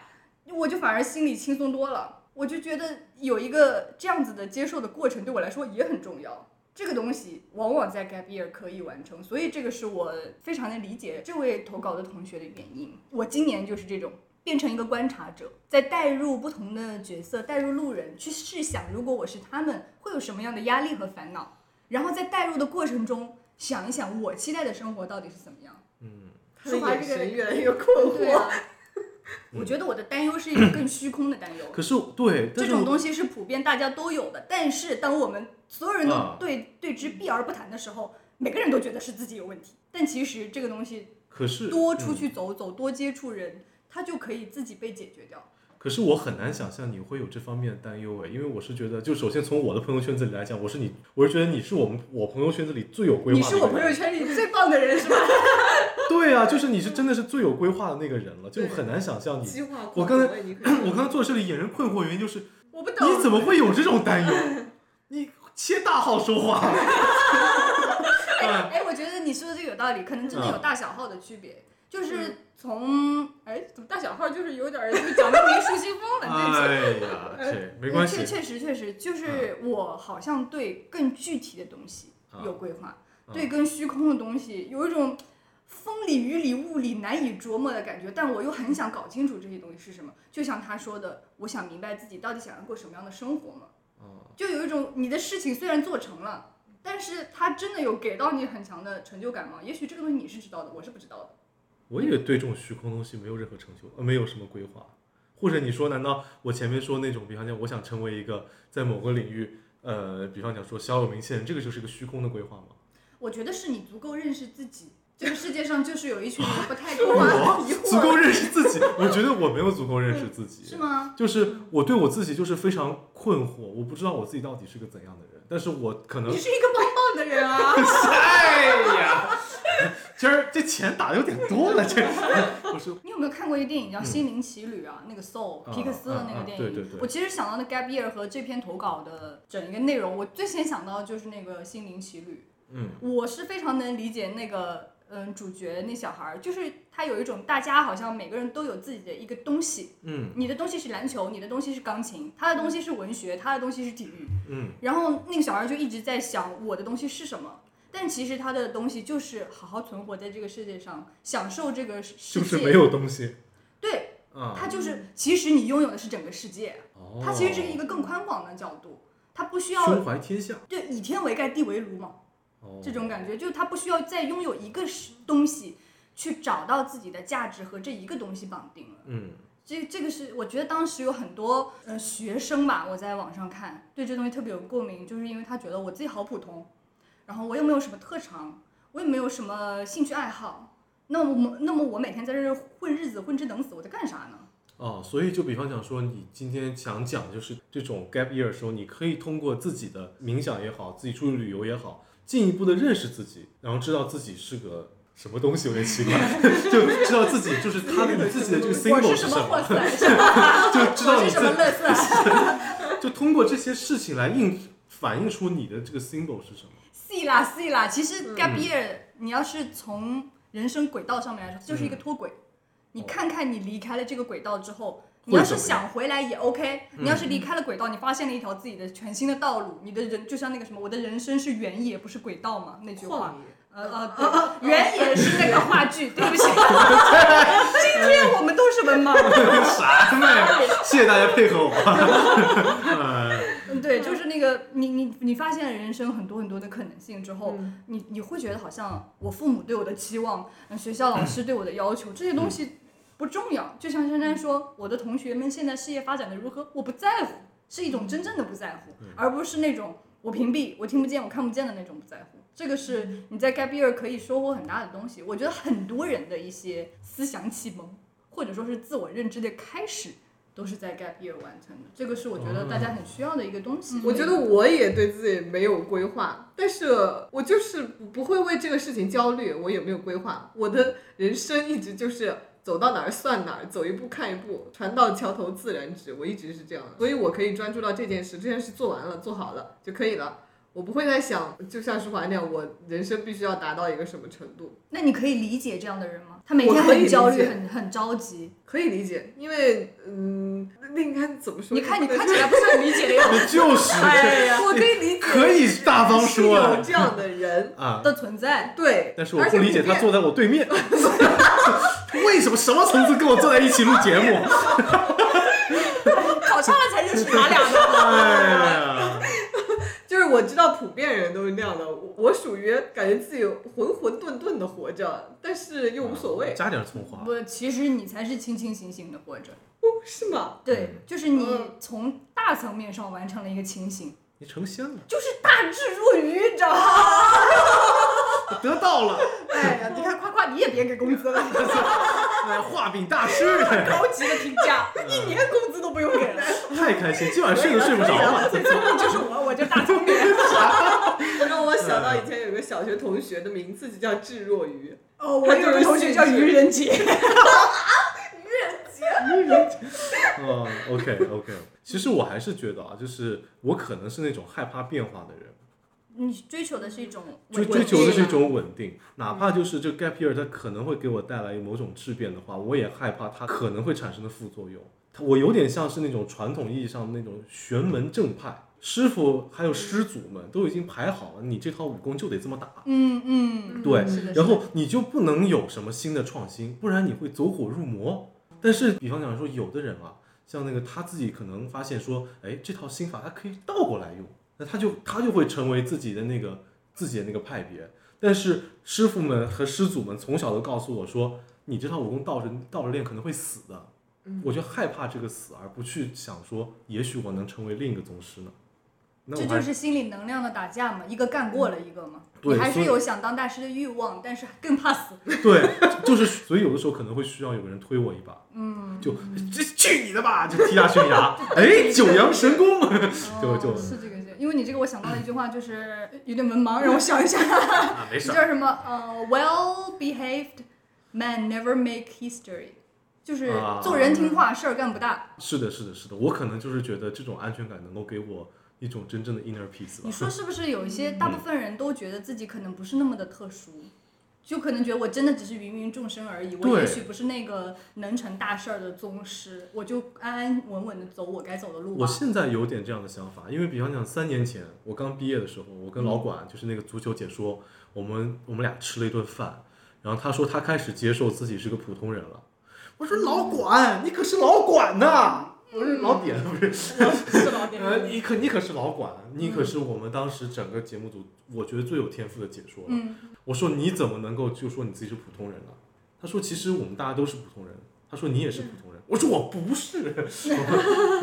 A: 我就反而心里轻松多了。我就觉得有一个这样子的接受的过程，对我来说也很重要。这个东西往往在 gap year 可以完成，所以这个是我非常能理解这位投稿的同学的原因。我今年就是这种，变成一个观察者，在带入不同的角色，带入路人，去试想如果我是他们，会有什么样的压力和烦恼，然后在带入的过程中想一想我期待的生活到底是怎么样。
E: 嗯，
C: 他的眼神越来越困
A: 对
C: 惑。
A: 啊，我觉得我的担忧是一种更虚空的担忧。
B: 可是对，
A: 这
B: 但是
A: 种东西是普遍大家都有的，但是当我们所有人
B: 啊
A: 都对、对之避而不谈的时候，每个人都觉得是自己有问题。但其实这个东西
B: 可是
A: 多出
B: 嗯
A: 去走走，多接触人，它就可以自己被解决掉。
B: 可是我很难想象你会有这方面的担忧哎诶，因为我是觉得，就首先从我的朋友圈子里来讲，我是你，我是觉得你是我们我朋友圈子里最有规
A: 你
B: 划的一
A: 是
B: 个人。
A: 我朋友圈里最棒的人，是吧？
B: 对啊，就是你是真的是最有规划的那个人了，就很难想象你。
C: 计划
B: 我
C: 狂
B: 刚
C: 魔
B: 才
C: 哎 你可以
E: 我刚才坐这里引人困惑，原因就是
A: 我不懂。
E: 你怎么会有这种担 忧？你切大号说话。
A: 哎，我觉得你说的这个有道理，可能真的有大小号的区别，就是从哎，怎么大小号就是有点儿就讲的没舒心风了，对不起。
B: 哎呀，这没关
A: 确
B: 系。
A: 确实确实，就是我好像对更具体的东西
B: 啊
A: 有规划，
B: 啊
A: 对跟虚空的东西有一种风里雨里雾里难以琢磨的感觉，但我又很想搞清楚这些东西是什么。就像他说的，我想明白自己到底想要过什么样的生活嘛。
B: 啊
A: 就有一种你的事情虽然做成了，但是它真的有给到你很强的成就感吗？也许这个东西你是知道的，我是不知道的。
B: 我也对这种虚空东西没有任何成就，呃，没有什么规划。或者你说，难道我前面说那种，比方讲，我想成为一个在某个领域，呃，比方讲说小有名气的人，这个就是个虚空的 规划吗？
A: 我觉得是你足够认识自己，这个世界上就是有一群人不太够 啊，疑惑
B: 足够认识自己，我觉得我没有足够认识自己。
A: 是吗？
B: 就是我对我自己就是非常困惑，我不知道我自己到底是个怎样的人，但是我可能
A: 你是一个棒棒的人啊！
E: 哎呀， 今儿这钱打的有点多了， 这
B: 不是
A: 你有没有看过一个电影叫《心灵奇旅》啊？那个 Soul
B: 嗯啊
A: 皮克斯的那
B: 啊
A: 个
B: 啊
A: 电影。
B: 对对对
A: 我其实想到那 Gap Year 和这篇投稿的整一个内容，我最先想到的就是那个《心灵奇旅》。
B: 嗯，
A: 我是非常能理解那个嗯主角那小孩儿，就是他有一种大家好像每个人都有自己的一个东西，
B: 嗯
A: 你的东西是篮球，你的东西是钢琴，他的东西是文学，他的东西是体育，
B: 嗯
A: 然后那个小孩儿就一直在想我的东西是什么。但其实他的东西就是好好存活在这个世界上，享受这个世界。
B: 就是没有东西
A: 对，
B: 啊。
A: 他就是其实你拥有的是整个世界，
B: 哦
A: 它其实是一个更宽广的角度，它不需要
B: 胸怀天下，
A: 对以天为盖地为炉嘛。
B: 哦
A: 这种感觉，就是他不需要再拥有一个是东西去找到自己的价值和这一个东西绑定了。
B: 嗯，
A: 这这个是我觉得当时有很多呃学生吧，我在网上看对这东西特别有共鸣，就是因为他觉得我自己好普通，然后我又没有什么特长，我也没有什么兴趣爱好，那我那么我每天在这儿混日子混吃等死，我在干啥呢？
B: 哦，所以就比方讲说，你今天想讲就是这种 gap year 的时候，你可以通过自己的冥想也好，自己出去旅游也好，进一步的认识自己，然后知道自己是个什么东西，有点奇怪， 就知道自己就是他你自己的这 个
A: 我
B: symbol
A: 是
B: 是
A: 什
B: 什
A: 么
B: 么，
A: 货色？ 是吧
B: 就知道
A: 我
B: 你
A: 是什
B: 自己
A: 么乐色？
B: 就通过这些事情来映反映出你的这个 symbol 是什么。
A: 是啦是啦，其实 gap year、你要是从人生轨道上面来说，就是一个脱轨。你看看你离开了这个轨道之后，你要是想回来也 OK，你要是离开了轨道，你发现了一条自己的全新的道路，你的人就像那个什么，我的人生是原野不是轨道嘛那句话。
C: 野。
A: 呃呃，对，原野是那个话剧，对不起。今天我们都是文盲。
E: 啥呢？谢谢大家配合我。呃，
A: 嗯，对，就是那个你你你发现了人生很多很多的可能性之后，你你会觉得好像我父母对我的期望，嗯学校老师对我的要求，这些东西不重要。就像珊珊说，我的同学们现在事业发展的如何，我不在乎，是一种真正的不在乎，而不是那种我屏蔽、我听不见、我看不见的那种不在乎。这个是你在 gap year 可以收获很大的东西。我觉得很多人的一些思想启蒙，或者说是自我认知的开始。都是在 gap year 完成的，这个是我觉得大家很需要的一个东西。
C: 我觉得我也对自己没有规划，但是我就是不会为这个事情焦虑。我有没有规划？我的人生一直就是走到哪儿算哪儿，走一步看一步，船到桥头自然直。我一直是这样的，所以我可以专注到这件事，这件事做完了，做好了就可以了。我不会再想，就像舒华那样，我人生必须要达到一个什么程度。
A: 那你可以理解这样的人吗？他每
C: 我
A: 天
C: 可以
A: 很焦虑，
C: 理解
A: 很很着急。
C: 可以理解，因为嗯，那那应该怎么说？
A: 你看，你
C: 不能
A: 看起来不是很理解的样子。
E: 就是
A: 哎呀，
C: 我可以理解，
E: 可以大方
C: 是
E: 说啊
C: 有这样的人，
B: 啊，
A: 的存在，
C: 对。
B: 但是我
C: 而
B: 不
C: 且
B: 理解
C: 普
B: 他
C: 遍
B: 坐在我对面，
E: 为什么什么层次跟我坐在一起录节目？
A: 考上了才认识他俩呢。
E: 哎呀，
C: 就是我知道普遍人都是那样的，我我属于感觉自己浑浑沌沌的活着，但是又无
B: 嗯
C: 所谓，
E: 加点葱花。
A: 不，其实你才是清清醒醒的活着。
C: 哦，是吗？
A: 对，就是你
C: 嗯
A: 从大层面上完成了一个清醒，
E: 你成仙了，
A: 就是大智若愚，你知道吗？
E: 得到了，
A: 哎呀，你看夸夸你也别给工资了，
E: 哎，画饼大师，
A: 高级的评 价，一年工资都不用给了。
E: 哎太开心，今晚睡都睡不着了。
A: 最聪明就是我，我就大聪明。
C: 让我想到以前有个小学同学的名字就叫智若愚，
A: 哦，
C: 我有个同学叫愚
A: 人节。
E: 嗯
B: ，OK OK。其实我还是觉得啊，就是我可能是那种害怕变化的人，
D: 你追求的是一种
B: 追
D: 稳
B: 追求的是一
D: 定啊嗯
B: 种稳定，哪怕就是这 gap year 它可能会给我带来某种质变的话，我也害怕它可能会产生的副作用。它我有点像是那种传统意义上的那种玄门正派师傅，还有师祖们都已经排好了，你这套武功就得这么打。
A: 嗯嗯，
B: 对
A: 是的。
B: 然后你就不能有什么新的创新，不然你会走火入魔。但是，比方讲说，有的人啊，像那个他自己可能发现说，哎，这套心法他可以倒过来用，那他就他就会成为自己的那个自己的那个派别。但是师傅们和师祖们从小都告诉我说，你这套武功倒着倒着练可能会死的。
A: 嗯
B: 我就害怕这个死，而不去想说，也许我能成为另一个宗师呢。那我
A: 这
B: 还
A: 就是心理能量的打架嘛，一个干过了一个嘛。
B: 对
A: 你还
B: 嗯
A: 是
B: 所以
A: 有想当大师的欲望，但是更怕死。
B: 对，就是所以有的时候可能会需要有个人推我一把，嗯，就这去你的吧，就踢下悬 崖，哎，九阳神功，就就
A: 哦是这个意思。因为你这个，我想到了一句话，就是有点文盲，让我想一下，
B: 啊，没事
A: 叫
B: 儿，
A: 什么？呃，well behaved man never make history，就是
B: 啊
A: 做人听话，事儿干不大。
B: 是的，是的，是的，我可能就是觉得这种安全感能够给我一种真正的 inner peace 吧
A: 你，说是不是有一
B: 嗯
A: 些大部分人都觉得自己可能不是那么的特殊，就可能觉得我真的只是芸芸众生而已，我
B: 对
A: 也许不是那个能成大事儿的宗师，我就安安稳稳的走我该走的路吧
B: 我。现在有点这样的想法，因为比方讲三年前我刚毕业的时候，
A: 嗯
B: 我跟老管就是那个足球解说，我们我们俩吃了一顿饭，然后他说他开始接受自己是个普通人了，
E: 我说老管，你可是老管呐，我是老点，不是，
A: 是嗯嗯老点。
B: 呃，你可你可是老管，你可是我们当时整个节目组我觉得最有天赋的解说了。
A: 嗯
B: 我说你怎么能够就说你自己是普通人呢、他说其实我们大家都是普通人。他说你也是普通人。我说我不是，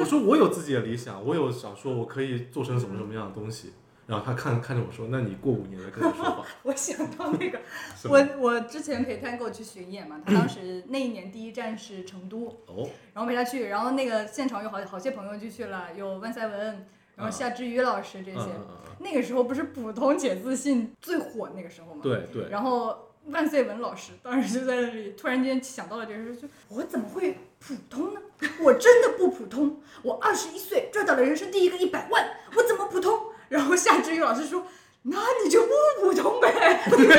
B: 我说我有自己的理想，我有想说我可以做成什么什么样的东西。然后他看看着我说，那你过五年再跟我说吧。
A: 我想到那个，
B: 是吗
A: 我我之前陪 Tango 去巡演嘛，他当时那一年第一站是成都，
B: 哦，
A: 然后陪他去，然后那个现场有好好些朋友就去了，有万赛文，然后夏之雨老师这
B: 嗯
A: 些。
B: 嗯嗯嗯
A: 那个时候不是普通且自信最火那个时候嘛，
B: 对对，
A: 然后万岁文老师当时就在那里突然间想到了这个事，就我怎么会普通呢？我真的不普通。我二十一岁赚到了人生第一个一百万，我怎么普通？然后夏之雨老师说：“那你就不普通呗， 你为什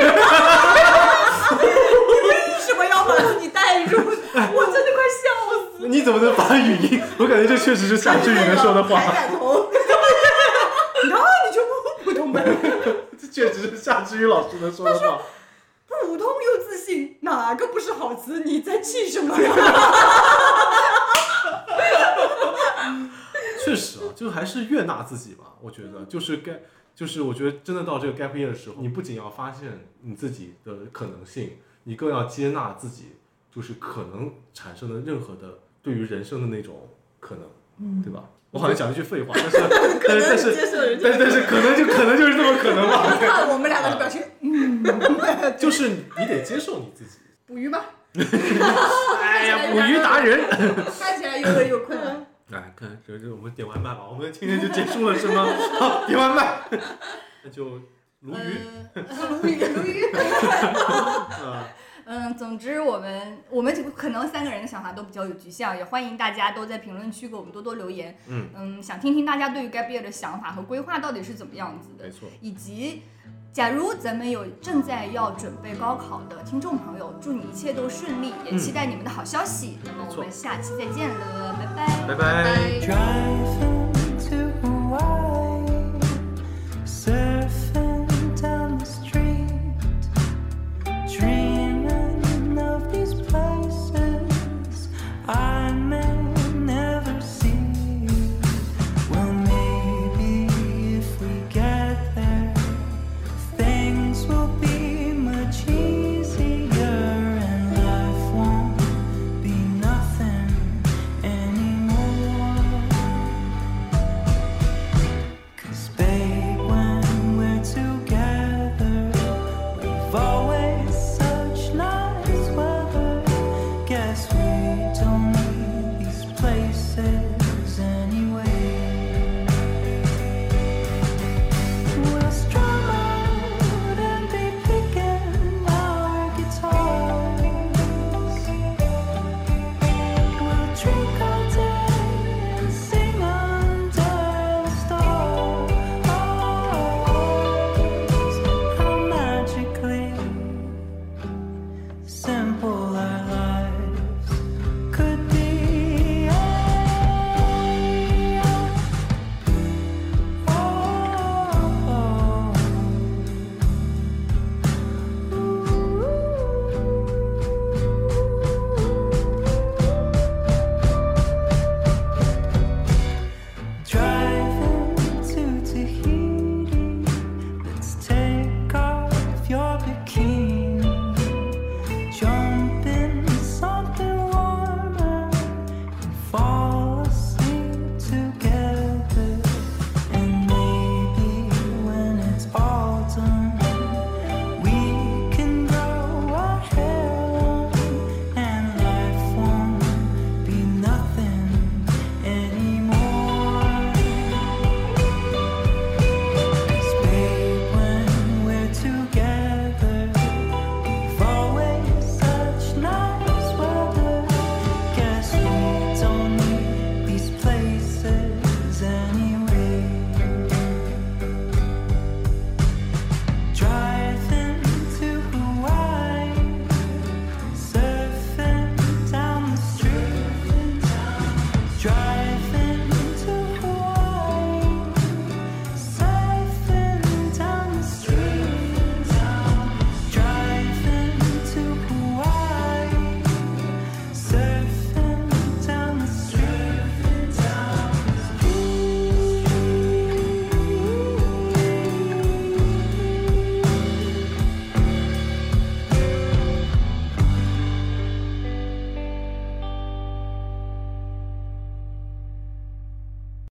A: 么要把你带入？” 我真的快笑死了。
B: 你怎么能把语音？我感觉这确实是夏志宇能说的
C: 海
B: 话，
C: 胆头，
A: 然后你就不普通呗，
B: 这确实是夏志宇老师能说的话。
A: 普通又自信，哪个不是好词？你在气什么呀？
B: 确实啊，就还是悦纳自己吧。我觉得就是该，就是我觉得真的到这个 gap year 的时候，你不仅要发现你自己的可能性，你更要接纳自己，就是可能产生的任何的对于人生的那种可能，嗯，对吧？我好像讲了一句废话， 但是但是但是
C: 接受人
B: 但是但是可能就可能就是这么可能吧，
A: 看啊我们两个的表情，
B: 就是你得接受你自己。
A: 捕 鱼吧。
B: 哎呀，捕鱼达人。
A: 看起来有点有困难。
B: 哎，看这这，我们点外卖吧，我们今天就结束了是吗？ 好，点外卖，那就鲈鱼。
A: 呃鲈鱼，鲈鱼。
B: 啊，
A: 嗯，总之我们我们这个可能三个人的想法都比较有局限，也欢迎大家都在评论区给我们多多留言。
B: 嗯
A: 想听听大家对于 gap year 的想法和规划到底是怎么样子的
B: 没，错，
A: 以及假如咱们有正在要准备高考的听众朋友，祝你一切都顺利，也
B: 嗯
A: 期待你们的好消息。那么
B: 没
A: 我
B: 错
A: 们下期再见了，拜拜。
B: 拜拜
F: drive